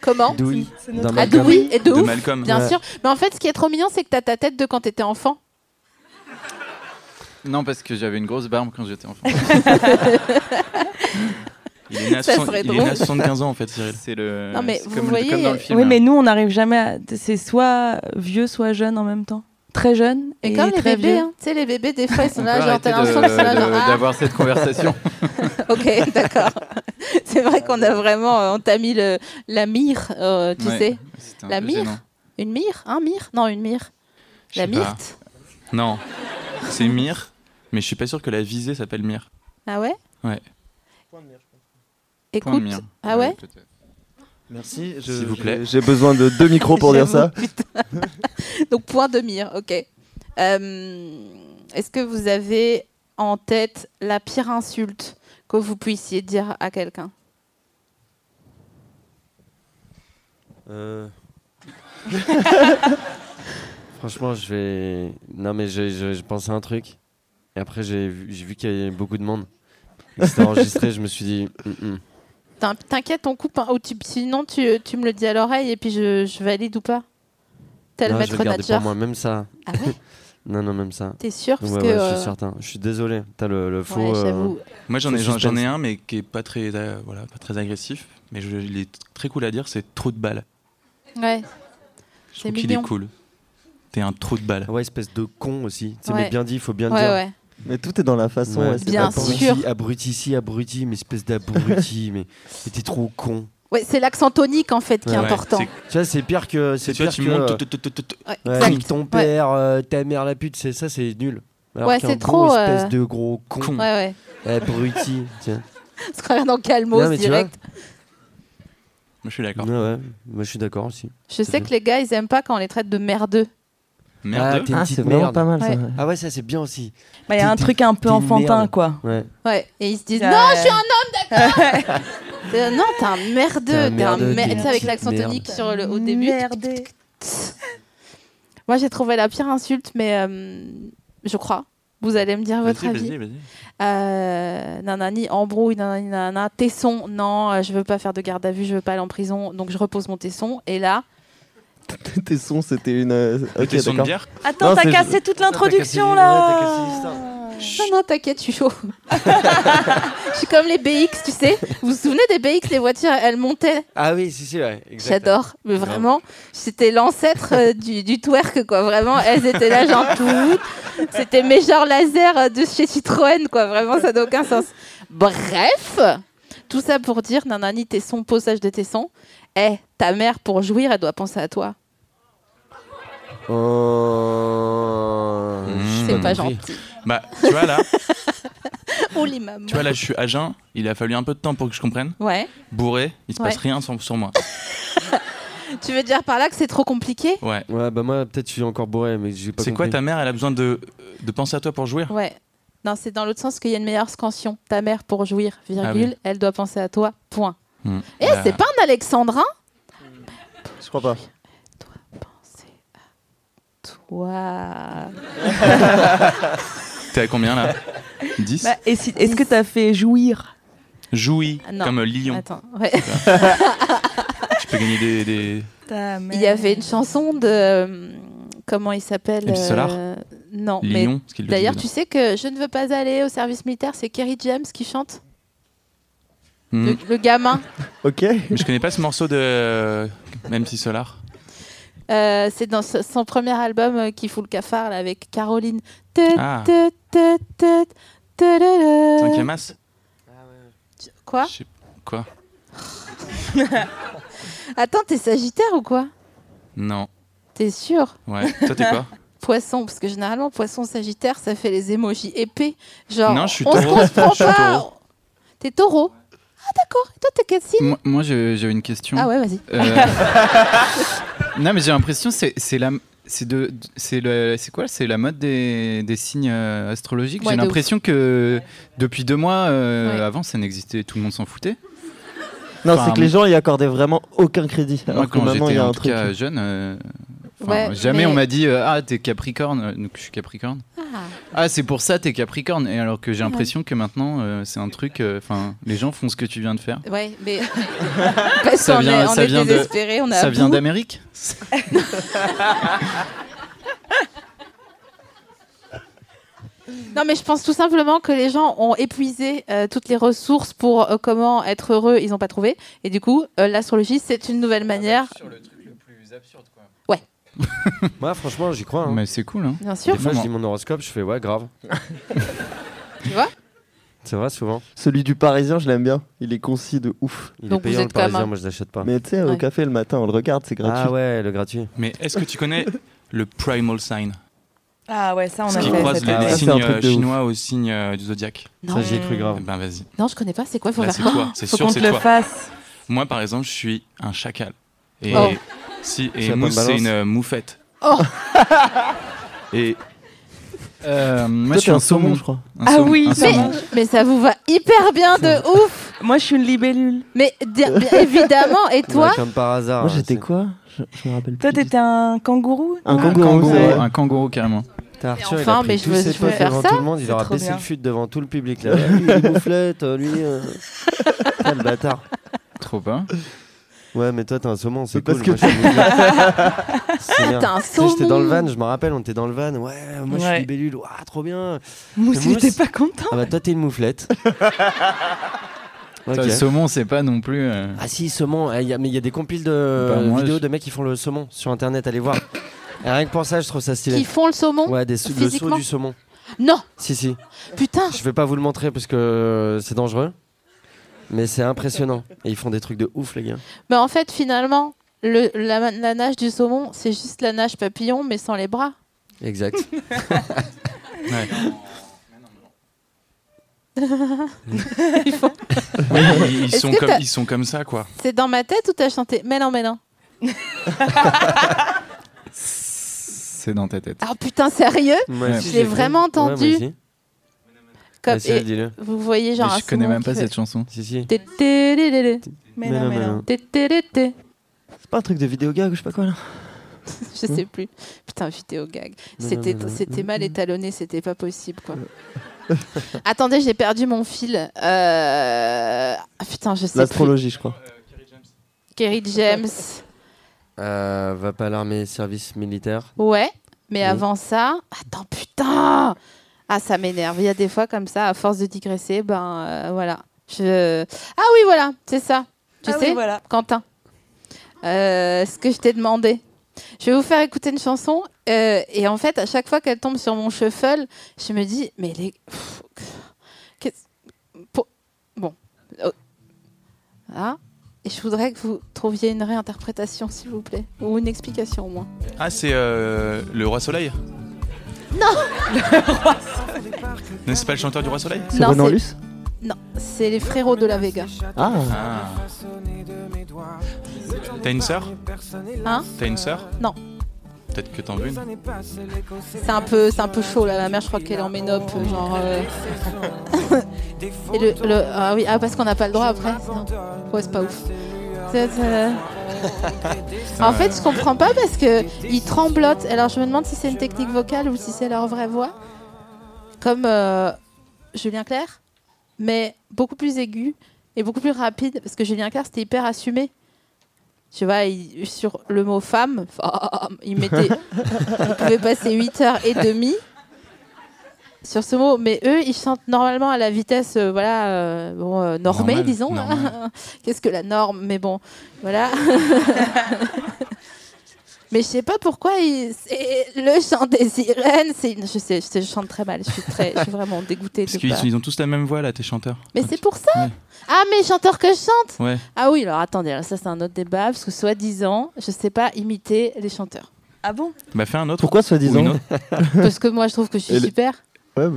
Comment
Douy.
C'est
Dans
notre
Malcolm.
Adoui et de,
De
ouf,
Malcolm.
bien
Ouais.
sûr. Mais en fait, ce qui est trop mignon, c'est que t'as ta tête de quand t'étais enfant.
Non, parce que j'avais une grosse barbe quand j'étais
[LAUGHS]
enfant.
Il est né à Ça soixante- serait il est né à drôle. 75 ans, en fait, Cyril.
C'est le.
Non, mais
c'est
vous
comme, le-
voyez-
comme dans le film.
Oui, mais nous, on n'arrive jamais à. C'est soit vieux, soit jeune en même temps. Très jeune et,
Et, comme les
très
bébés,
vieux.
hein. tu sais, les bébés, des fois, ils sont
On
là,
peut
genre, t'as
arrêter
l'impression
de-
qu'ils sont là, genre,
de-
ah.
d'avoir cette conversation.
ok, [LAUGHS] d'accord. C'est vrai qu'on a vraiment, euh, on t'a mis le, la mire, euh, [LAUGHS] tu
Ouais,
sais.
c'était un
La
peu
mire
gênant.
Une mire Un mire Non, une mire. La
sais pas.
myrte
Non, c'est Mire, mais je suis pas sûr que la visée s'appelle Mire.
Ah ouais
Ouais. Point de
Écoute.
mire.
Ah ouais
Merci, je-
S'il vous plaît.
j'ai- J'ai besoin de deux [LAUGHS] micros pour dire ça.
J'avoue, putain. Donc point de mire, ok. Euh, Est-ce que vous avez en tête la pire insulte que vous puissiez dire à quelqu'un [LAUGHS]
Euh. Franchement, je vais. Non, mais je, je, je pensais à un truc. Et après, j'ai vu, j'ai vu qu'il y avait beaucoup de monde. Et que C'était enregistré, je me suis dit. Mm, mm.
T'in- T'inquiète, on coupe, hein, ou tu- sinon tu, tu me le dis à l'oreille et puis je, je valide ou pas Tel
Non, je vais
maître
le garder pour
nageur.
moi, même ça.
Ah ouais
Non, non, même ça.
T'es
[LAUGHS]
sûr Parce
Ouais,
que,
ouais, je
euh,
suis certain. Je suis désolé. T'as le, le faux.
Ouais,
euh,
j'avoue.
Moi j'en ai,
faux
j'en- j'en ai
suspense.
un mais qui est pas très, euh, voilà, pas très agressif, mais je- il est très cool à dire, c'est trou de balle.
Ouais.
Je
C'est
trouve qu'il est
mignon.
cool. T'es un trou de balle.
Ouais, espèce de con aussi. Tu sais,
Ouais.
mais bien dit, il faut bien
Ouais,
le dire.
ouais.
Mais tout est dans la façon.
Ouais,
ouais, c'est
Bien
pas pour-
sûr.
Abruti, abruti ici, abruti, mais
[LAUGHS]
espèce d'abruti, mais mais t'es trop con.
Ouais, c'est l'accent tonique en fait qui est
Ouais,
important.
c'est- Tu vois, c'est pire que. C'est
Tu vois,
pire
tu
que.
montes,
euh,
tout, tout, tout, tout, tout.
Ouais,
ouais,
exact.
nique ton père, euh, ta mère la pute, c'est ça, c'est nul. Alors
Ouais,
qu'un
c'est
bon
trop,
Espèce
euh,
de gros con. eh,
Ouais, ouais.
Abruti, tiens.
On se croirait dans Calmos
Non, mais tu vois,
direct.
Moi, je suis d'accord.
Ouais, ouais. Moi, je suis d'accord aussi.
Je sais que les gars, ils aiment pas quand on les traite de merdeux.
Ah, t'es une
Ah,
petite
c'est vraiment
merde.
pas mal ça.
Ouais.
ouais. [LAUGHS]
Ah ouais, ça, c'est bien aussi.
Bah, il y a un
T'es-
truc un peu
t'es une
enfantin,
merde.
quoi.
Ouais.
Ouais, et ils se
Ah
disent
Euh,
Non, je suis un homme,
[LAUGHS]
d'accord Euh, Non, t'es un merdeux,
T'es
t'es
un
un
merdeux,
mer-
t'es une
Tu sais, avec
petite
l'accent
merde.
tonique sur le, au début.
Merdé.
Moi, j'ai trouvé la pire insulte, mais euh, je crois. Vous allez me dire votre
Vas-y,
avis.
vas-y, vas-y.
Euh, nanani, embrouille, nanani, nanana, tesson, non, euh, je veux pas faire de garde à vue, je veux pas aller en prison, donc je repose mon tesson. Et là,
Tes sons, c'était une. euh,
Le
Ok,
tesson de
d'accord.
bière
Attends,
Non,
t'as
c'est-
cassé toute l'introduction
ouais,
là.
t'as cassé l'histoire.
non, non, t'inquiète, je suis chaud. [LAUGHS] je suis comme les BX, tu sais. Vous vous souvenez des BX, les voitures, elles montaient
Ah oui, si, si, ouais. exact.
J'adore, mais
Grave.
vraiment, c'était l'ancêtre euh, du, du twerk, quoi. Vraiment, elles étaient là, genre tout. C'était mes genres laser euh, de chez Citroën, quoi. Vraiment, ça n'a aucun sens. Bref, tout ça pour dire, nanani, tes sons, posage de tes sons. Eh, ta mère, pour jouir, elle doit penser à toi.
Oh.
Mmh.
C'est pas
compris.
gentil.
Bah, tu vois là,
Oh, les mamans.
tu vois là, je suis à jeun, il a fallu un peu de temps pour que je comprenne.
Ouais.
Bourré, il se passe
Ouais.
rien sans- sur moi.
Tu veux dire par là que c'est trop compliqué
Ouais.
Ouais, bah moi, peut-être je suis encore bourré, mais j'ai pas
C'est quoi
compris.
ta mère Elle a besoin de, de penser à toi pour jouer
Ouais. Non, c'est dans l'autre sens qu'il y a une meilleure scansion. Ta mère, pour jouir, virgule,
Ah oui.
elle doit penser à toi, point.
Hmm.
Eh,
Bah,
c'est pas un alexandrin
Je crois pas.
Toi.
T'es à
[LAUGHS]
combien là 10
Bah, et si- Est-ce que t'as fait jouir
Jouis,
ah, Non.
comme Lyon.
Attends, ouais.
Tu peux gagner des. des-
ta mère
Il y avait une chanson de. euh, Comment il s'appelle
MC Solar
Non, mais.
Lyon, parce qu'il le dit
D'ailleurs,
dedans.
tu sais que Je ne veux pas aller au service militaire, c'est Kerry James qui chante
Hmm.
le, le gamin.
Ok.
Mais Je connais pas ce morceau de. Même si Solar.
Euh, c'est dans ce- son premier album euh, qui fout le cafard là, avec Caroline.
Ah.
Tut, tut, tut, tadada.
Cinquième as
Quoi
Je sais- Quoi
[LAUGHS] Attends, t'es sagittaire ou quoi
Non.
T'es sûr
Ouais. Toi, t'es
[LAUGHS]
quoi
Poisson, parce que généralement, poisson sagittaire, ça fait les émojis épais. Genre,
Non, je suis
on se
taureau.
comprend
Je suis
pas. T'es taureau Ah, d'accord. Et Toi, t'es quel signe
Moi, moi, j'ai j'ai une question.
Ah ouais, vas-y.
[LAUGHS]
Euh, non, mais j'ai l'impression c'est c'est la c'est de c'est le c'est quoi c'est la mode des, des signes euh, astrologiques.
Ouais,
j'ai
de
l'impression que depuis deux mois euh,
Ouais.
avant ça n'existait, tout le monde s'en foutait.
Non,
Enfin,
c'est que les gens y accordaient vraiment aucun crédit. Alors
Moi
que
quand
maintenant, Ah,
j'étais
il y a
en
un
tout
truc.
cas jeune, euh, enfin,
Ouais,
jamais
mais-
on m'a dit euh, ah t'es Capricorne euh, donc je suis Capricorne.
Ah.
Ah c'est pour ça t'es Capricorne et alors que j'ai l'impression que maintenant euh, c'est un truc euh, enfin les gens font ce que tu viens de faire.
Ouais, mais. [LAUGHS] Parce
Ça
qu'on
vient-
est, on
ça
est
vient de-
désespérés, on a.
Ça vient
bout.
d'Amérique
Non, mais je pense tout simplement que les gens ont épuisé euh, toutes les ressources pour euh, comment être heureux, ils n'ont pas trouvé. Et du coup, euh, l'astrologie, c'est une nouvelle manière.
Moi, franchement, j'y
Ah.
crois. hein.
Mais c'est cool hein.
Bien sûr,
Des fois,
Vraiment.
je dis mon horoscope, je fais ouais, grave.
tu vois.
C'est vrai, souvent.
Celui du Parisien, je l'aime bien. Il est concis de ouf.
Il
Donc,
est
vous
payant le
êtes comme
parisien,
un-
moi je l'achète pas.
Mais tu sais, au
Ouais.
café le matin, on le regarde, c'est gratuit.
Ah ouais, le gratuit.
Mais est-ce que tu connais le Primal Sign
Ah ouais, ça on
Ce
a
qui
fait.
croise
cette
les,
année.
les
Ça, Ah, c'est un
signes
truc
euh,
de ouf.
chinois au signe euh, du zodiaque.
Non.
Ça, j'y ai cru grave.
Eh Ben vas-y.
Non, je connais pas. C'est quoi Faut
Là,
faire-
c'est toi. C'est
Faut
sûr,
qu'on te
c'est
le
toi.
fasse.
Moi, par exemple, je suis un chacal. Et
Oh.
si,
Tu as pas
et
de
euh, mousse, c'est [LAUGHS]
balance
une euh, moufette.
Oh.
Et
Euh, moi,
Toi,
je suis
t'es
un
un saumon,
saumon,
je crois.
Un
Ah
saumon,
oui,
un
mais,
saumon.
mais ça vous va hyper bien
[LAUGHS]
de ouf.
Moi, je suis une libellule.
Mais di- bien évidemment,
[LAUGHS]
et toi
Comme par hasard.
Moi, j'étais quoi je, je me rappelle
Toi, t'étais un kangourou
Un kangourou, ouais.
un kangourou carrément.
T'as Arthur, il
enfin,
a pris
mais je
tous
veux-
ses
je veux
potes
faire
devant
ça,
tout le monde, il
c'est
aura
trop
baissé
bien.
le fut devant tout le
[LAUGHS]
public. Là. lui, il boufflait, toi, lui. euh. Putain, le bâtard.
Trop pas.
Ouais, mais toi, t'es un saumon, c'est
parce
cool.
que
moi, je suis libellule.
[LAUGHS]
C'est bien.
T'es un
Tu sais, J'étais dans le
saumon.
van, je me rappelle, on était dans le van. Ouais, moi, je
Ouais.
suis libellule. Ouah, trop bien.
Mousse,
Mais
il était pas content.
Ah bah, toi, t'es
[LAUGHS]
une mouflette.
Toi,
Ok.
Le saumon, c'est pas non plus.
[LAUGHS]
euh,
Ah si, saumon, Eh, y a- mais il y a des compiles de
Bah, moi,
vidéos
je-
de mecs qui font le saumon sur internet,
[COUGHS]
allez voir. Et rien que pour ça, je trouve ça stylé.
qui font le saumon
Ouais, des sous- le saut
physiquement
du saumon.
Non,
Si, si.
putain.
Je vais pas vous le montrer parce que euh, c'est dangereux. Mais c'est impressionnant. Et ils font des trucs de ouf, les gars.
Mais en fait, finalement, le, la, la nage du saumon, c'est juste la nage papillon, mais sans les bras.
[LAUGHS]
Exact.
ouais.
Oui, ils, ils
Est-ce
sont
que
comme,
t'as-
ils sont comme ça, quoi.
C'est dans ma tête ou t'as chanté Mais non, mais non.
C'est dans ta tête.
Ah putain, sérieux
Ouais.
Je l'ai vraiment entendu. Comme, et
dis-le.
vous voyez genre
Mais
un
je connais
saumon
même
qui
pas
fait-
cette chanson.
Si, si.
Té, té, lé, lé, lé.
Mais non, mais non.
Té, té, lé, té.
C'est pas un truc de vidéo gag ou je sais pas quoi là
Je sais plus. Putain, vidéo gag.
Hmm. Non,
C'était
non, Hmm. non, non.
c'était mal étalonné, c'était pas possible
[LAUGHS]
quoi. Attendez, j'ai perdu mon fil. Euh... ah, putain, je sais plus.
L'astrologie, je crois.
Kerry James.
Euh, va pas à l'armée, service militaire.
Ouais, mais
Oui.
Mm.
avant ça, attends putain. Ah, ça m'énerve. Il y a des fois comme ça, à force de digresser, ben euh, voilà. Je... Ah oui, voilà, c'est ça. Tu
Ah oui,
sais,
voilà.
Quentin. Euh, ce que je t'ai demandé. Je vais vous faire écouter une chanson euh, et en fait, à chaque fois qu'elle tombe sur mon shuffle, je me dis, mais les. pff, qu'est-ce- pour- Bon. Oh. Ah. Et je voudrais que vous trouviez une réinterprétation, s'il vous plaît, ou une explication au moins.
Ah, c'est euh, le Roi Soleil
[LAUGHS]
Non C'est pas le chanteur du Roi Soleil
C'est
Non,
Renan
c'est-
Luce
Non, c'est les frérots de la Vega.
Ah
Ah. T'as une sœur
Hein
T'as une sœur
Non.
Peut-être que t'en veux une.
C'est un peu, c'est un peu chaud là. La mère, je crois qu'elle est en ménope, genre. euh. [LAUGHS] Et le, le- ah oui, ah parce qu'on n'a pas le droit après. Non. Ouais, c'est pas ouf. C'est- c'est- En fait, je comprends pas parce que ils tremblotent. Alors, je me demande si c'est une technique vocale ou si c'est leur vraie voix, comme euh, Julien Clerc, mais beaucoup plus aigu et beaucoup plus rapide parce que Julien Clerc c'était hyper assumé. Tu vois, il- sur le mot femme, femme, il mettait, il pouvait passer 8 heures et demie sur ce mot, mais eux, ils chantent normalement à la vitesse, euh, voilà, euh, bon, euh, normée,
Normal,
disons. hein.
normal.
[LAUGHS] Qu'est-ce que la norme Mais bon,
[LAUGHS]
voilà. mais je sais pas pourquoi ils- c'est le chant des sirènes. C'est, une- je sais, je sais, je chante très mal. Je suis très, je suis vraiment dégoûtée.
Parce
de
qu'ils
pas-
ils ont tous la même voix là, tes chanteurs.
Mais c'est pour ça.
Ouais.
Ah, mais chanteur que je chante.
Ouais.
Ah oui, alors attendez, alors ça c'est un autre débat parce que soi-disant, je sais pas imiter les
[LAUGHS]
chanteurs.
Ah bon
Bah fais un autre.
Pourquoi soi-disant
Ou une
Ouais,
autre.
Parce que moi je trouve que je suis
Et le-
super.
bah,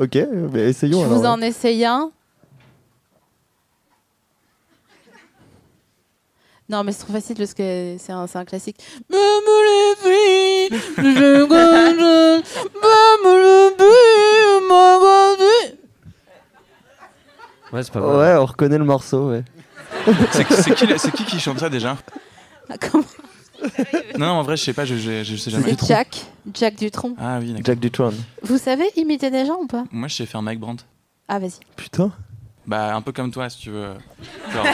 ok, bah, mais essayons
je
alors.
vous en essaye un. Non, mais c'est trop facile parce que c'est un, c'est un classique. Maman le fille, je gagne, maman le fille, maman le-
Ouais, c'est pas mal.
Ouais, on reconnaît le morceau, ouais.
C'est c'est qui, le- c'est qui qui chante ça déjà
Ah, comment-
Non, non, en vrai, je sais pas, je, je, je sais jamais.
C'est Jack, Jack Dutronc.
Ah oui, d'accord.
Jack Dutron.
Vous savez imiter des gens ou pas
Moi, je sais faire Mike Brandt.
Ah, vas-y.
Putain.
Bah, un peu comme toi, si tu veux. Genre,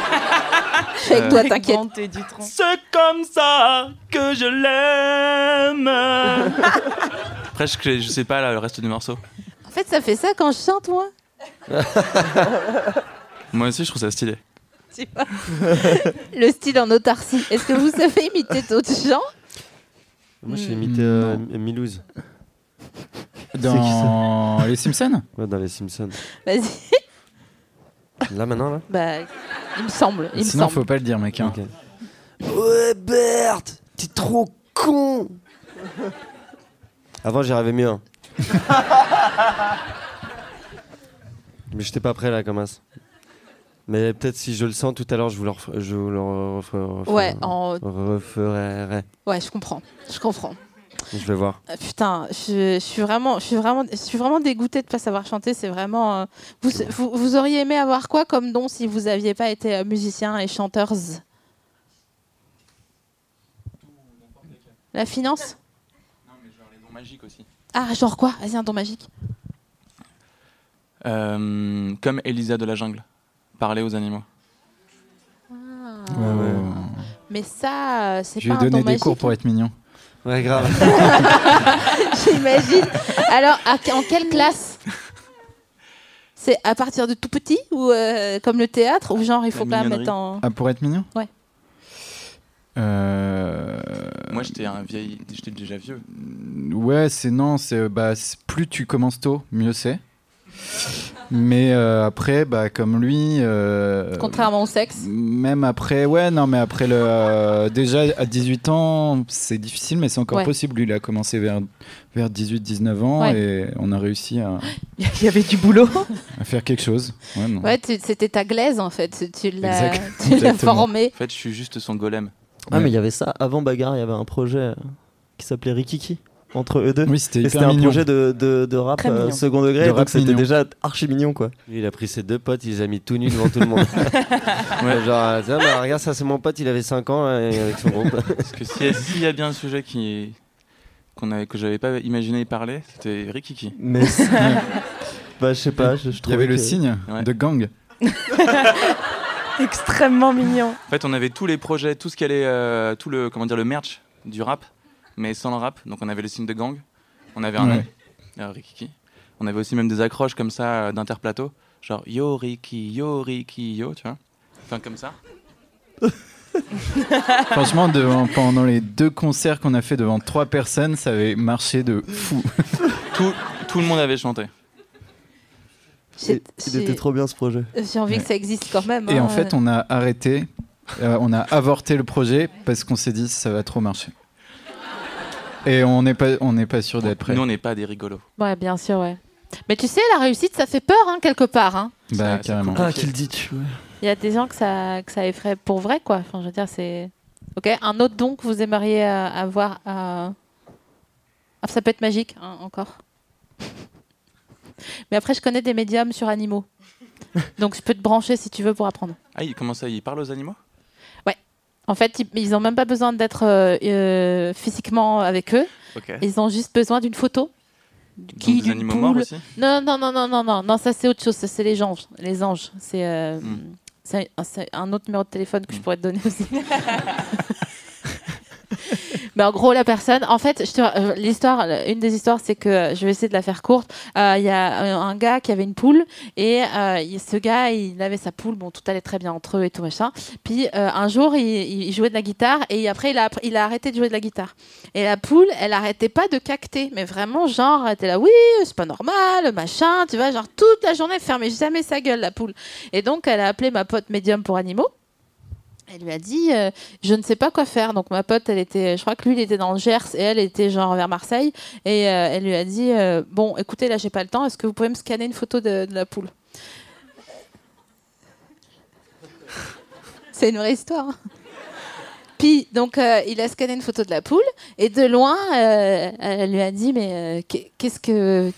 Je suis avec
Euh,
toi, t'inquiète.
et du tronc.
C'est comme ça que je l'aime. Après, je, je sais pas là, le reste du morceau.
En fait, ça fait ça quand je chante, moi.
Moi aussi, je trouve ça stylé.
[LAUGHS] Tu vois Le style en autarcie. Est-ce que vous savez imiter d'autres gens Mm.
Moi, j'ai imité euh,
Hmm.
M- Milouz
Dans Les Simpsons
ouais, dans les Simpsons.
[LAUGHS] Vas-y.
Là, maintenant, là
Bah, il me semble. Il me
Sinon,
semble.
faut pas le dire, mec. hein.
Ok. Ouais, Bert T'es trop con Avant, j'y arrivais mieux. hein. [LAUGHS] Mais j'étais pas prêt, là, comme as. Mais peut-être si je le sens tout à l'heure, je vous le ref- je vous le ref- ref-
hein.
Ouais, en...
referai.
ouais, je comprends. Je comprends.
Je vais voir.
Ah, Putain, je, je suis vraiment, je suis vraiment, je suis vraiment dégoûtée de pas savoir chanter. C'est vraiment, euh, vous, vous, vous auriez aimé avoir quoi comme don si vous aviez pas été euh, musicien et chanteur La finance
Magique aussi.
Ah, genre quoi Vas-y, un don magique.
Euh, comme Elisa de la jungle. Parler aux animaux.
Mais ça, euh, c'est
Je
pas
lui ai
un don
donné des
magique. hein.
cours pour être mignon.
Ouais, grave. [LAUGHS]
J'imagine. Alors, à- en quelle classe C'est à partir de tout petit ou euh, comme le théâtre ou genre il faut pas mettre en.
Ah, pour être mignon
Ouais.
Euh,
Moi, j'étais un vieil. J'étais déjà vieux.
Ouais, c'est non, c'est euh, bah, c'est- plus tu commences tôt, mieux c'est. Mais euh, après, bah, comme lui. euh,
Contrairement au sexe.
Même après, ouais, non, mais après le. euh, déjà à 18 ans, c'est difficile, mais c'est encore
Ouais.
possible. Lui, il a commencé vers, vers 18-19 ans
Ouais.
et on a réussi à,
[LAUGHS] Il y avait du boulot. [LAUGHS]
à faire quelque chose. Ouais, non.
Ouais, tu- c'était ta glaise en fait. Tu- Tu l'as
Exact-
[LAUGHS] tu l'as formée.
En fait, je suis juste son golem.
Ah, mais il y avait ça. Avant Bagarre, il y avait un projet euh, qui s'appelait Rikiki entre eux deux.
Oui, c'était
Et
hyper
c'était un
mignon.
projet de, de, de rap
Très
euh,
mignon.
second degré.
De
donc
rap
c'était
mignon.
déjà archi mignon, quoi.
Lui, il a pris ses deux potes, il les a mis tout nus devant tout le monde. [LAUGHS] ouais. Genre, euh, tiens, bah, regarde, ça c'est mon pote, il avait 5 ans euh, avec son [LAUGHS] groupe.
Parce que s'il y, a- s'il y a bien un sujet qui qu'on avait, que j'avais pas imaginé y parler, c'était Rikiki.
Mais. [LAUGHS] bah, je sais pas. Je, je
Il y avait
trouvais
le
que-
signe de gang.
Extrêmement mignon.
En fait, on avait tous les projets, tout ce qu'elle est, euh, tout le comment dire le merch du rap, mais sans le rap. Donc on avait le signe de gang, on avait un
Ouais.
euh, Rikiki. On avait aussi même des accroches comme ça euh, d'interplateau, genre yo Riki, yo Riki, yo, tu vois. Enfin comme ça.
Franchement, devant- pendant les deux concerts qu'on a fait devant trois personnes, ça avait marché de fou.
tout, tout le monde avait chanté.
J'ai-
Il était
j'ai-
trop bien ce projet.
J'ai envie que ça existe quand même.
Et
hein.
en fait, on a arrêté, euh, on a avorté le projet parce qu'on s'est dit ça va trop marcher. Et on n'est pas, on n'est pas sûr d'être prêt. Bah,
Nous on n'est pas des rigolos.
Ouais, bien sûr, ouais. Mais tu sais, la réussite, ça fait peur hein, quelque part. hein.
Bah carrément.
Ah, qu'il dit, tu vois.
Il y a des gens que ça, que ça effraie pour vrai, quoi. Enfin, je veux dire, c'est. Ok, un autre don que vous aimeriez euh, avoir. euh, ah, ça peut être magique, hein, encore. [LAUGHS] Mais après, je connais des médiums sur animaux. Donc, je peux te brancher si tu veux pour apprendre.
Ah, il comment ça, il parle aux animaux
Ouais. En fait, ils- ils n'ont même pas besoin d'être euh, euh, physiquement avec eux.
Ok.
Ils ont juste besoin d'une photo.
des
d'une
animaux morts
poule.
aussi
Non, non, non, non, non, non, non, ça c'est autre chose. Ça c'est les anges. Les anges. C'est euh, c'est un- c'est un autre numéro de téléphone que je pourrais te donner aussi. [LAUGHS] Mais en gros, la personne, en fait, je te- euh, l'histoire, une des histoires, c'est que euh, je vais essayer de la faire courte. Euh, Il y a euh, un gars qui avait une poule et euh, il- ce gars, il avait sa poule. Bon, tout allait très bien entre eux et tout machin. Puis euh, un jour, il, il jouait de la guitare et après, il a, appr- il a arrêté de jouer de la guitare. Et la poule, elle arrêtait pas de cacter, mais vraiment, genre, elle était là, oui, euh, c'est pas normal, machin, tu vois, genre toute la journée, elle fermait jamais sa gueule, la poule. Et donc, elle a appelé ma pote médium pour animaux. Elle lui a dit euh, Je ne sais pas quoi faire. Donc, ma pote, elle était, je crois que lui, il était dans le Gers et elle était genre vers Marseille. Et euh, elle lui a dit euh, Bon, écoutez, là, j'ai pas le temps. Est-ce que vous pouvez me scanner une photo de, de la poule C'est une vraie histoire. hein. Puis, donc, euh, il a scanné une photo de la poule et de loin, euh, elle lui a dit Mais euh, qu'est- qu'est-ce que.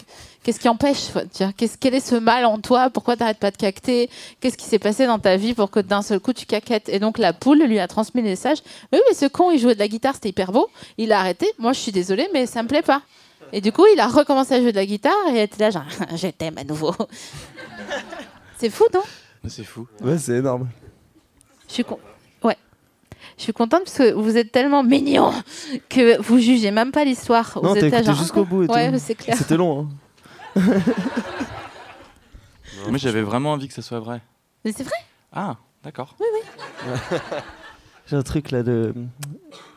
Qu'est-ce qui empêche quoi, tu vois Qu'est-ce- Quel est ce mal en toi Pourquoi t'arrêtes pas de cacter Qu'est-ce qui s'est passé dans ta vie pour que d'un seul coup tu caquettes Et donc la poule lui a transmis le message Oui, mais ce con, il jouait de la guitare, c'était hyper beau. Il a arrêté. Moi, je suis désolée, mais ça me plaît pas. Et du coup, il a recommencé à jouer de la guitare et elle était là, genre, [LAUGHS] je t'aime à nouveau. [LAUGHS] C'est fou, non
C'est fou.
Ouais, c'est énorme.
je suis con- ouais. Je suis contente parce que vous êtes tellement mignons que vous jugez même pas l'histoire.
Non,
Vous
t'as
êtes là,
écouté
genre,
jusqu'au bout et tout.
Ouais, c'est clair.
C'était long. hein.
Moi j'avais vraiment envie que ça soit vrai.
Mais c'est vrai
Ah, d'accord.
Oui, oui.
J'ai un truc là de.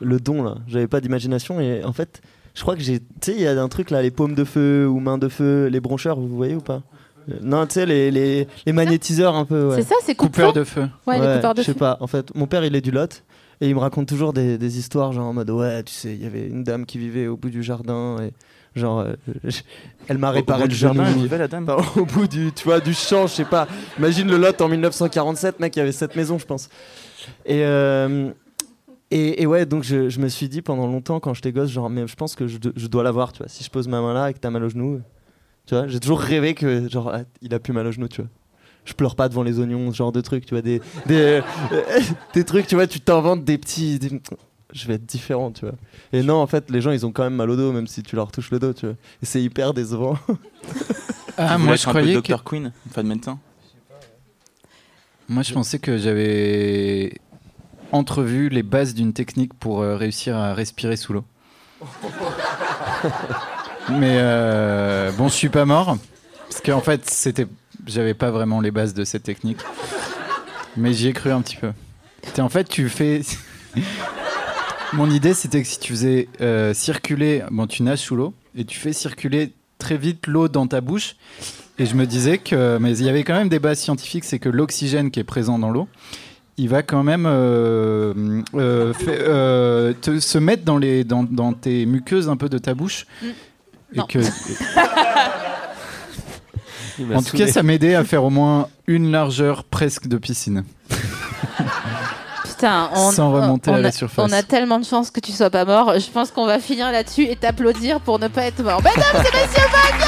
Le don là. J'avais pas d'imagination et en fait, je crois que j'ai. Tu sais, il y a un truc là, les paumes de feu ou mains de feu, les broncheurs, vous voyez ou pas Euh, Non, tu sais, les, les, les magnétiseurs un peu. ouais.
C'est ça, c'est coupe
Coupeur de feu.
Ouais, les coupeurs de
Je sais
feu.
pas, en fait, mon père il est du Lot et il me raconte toujours des, des histoires genre en mode ouais, tu sais, il y avait une dame qui vivait au bout du jardin et genre euh, [LAUGHS] je- elle m'a
Au- au
réparé le
bout du jardin,
genou.
elle vivait,
[LAUGHS]
la dame
Enfin, Hein, au bout du tu vois du champ, je sais pas. Imagine le Lot en 1947, mec, il y avait sept maisons, je pense. Et euh, Et, et ouais, donc je, je me suis dit pendant longtemps, quand j'étais gosse, genre, mais je pense que je, do- je dois l'avoir, tu vois. Si je pose ma main là et que t'as mal au genou, euh, tu vois, j'ai toujours rêvé que, genre, ah, il a plus mal au genou, tu vois. Je pleure pas devant les oignons, ce genre de trucs, tu vois. Des, des, euh, [LAUGHS] des trucs, tu vois, tu t'inventes des petits. des- Je vais être différent, tu vois. Et non, en fait, les gens, ils ont quand même mal au dos, même si tu leur touches le dos, tu vois. Et c'est hyper décevant.
Ah, moi je croyais. Docteur Queen, pas de médecin.
Moi, je pensais que j'avais entrevu les bases d'une technique pour euh, réussir à respirer sous l'eau. Mais euh, bon, je suis pas mort parce qu'en fait, c'était, j'avais pas vraiment les bases de cette technique. Mais j'y ai cru un petit peu. T'es- en fait, tu fais. [LAUGHS] Mon idée, c'était que si tu faisais euh, circuler, bon, tu nages sous l'eau et tu fais circuler très vite l'eau dans ta bouche. Et je me disais que, mais il y avait quand même des bases scientifiques, c'est que l'oxygène qui est présent dans l'eau, il va quand même euh, euh, fait- euh, te- se mettre dans, les, dans, dans tes muqueuses un peu de ta bouche. Et
Non.
que, en tout cas, ça m'aidait à faire au moins une largeur presque de piscine.
Putain, on,
Sans remonter
on
à la
a-
surface.
on a tellement de chance que tu sois pas mort. Je pense qu'on va finir là-dessus et t'applaudir pour ne pas être mort. Mesdames et messieurs, Wagner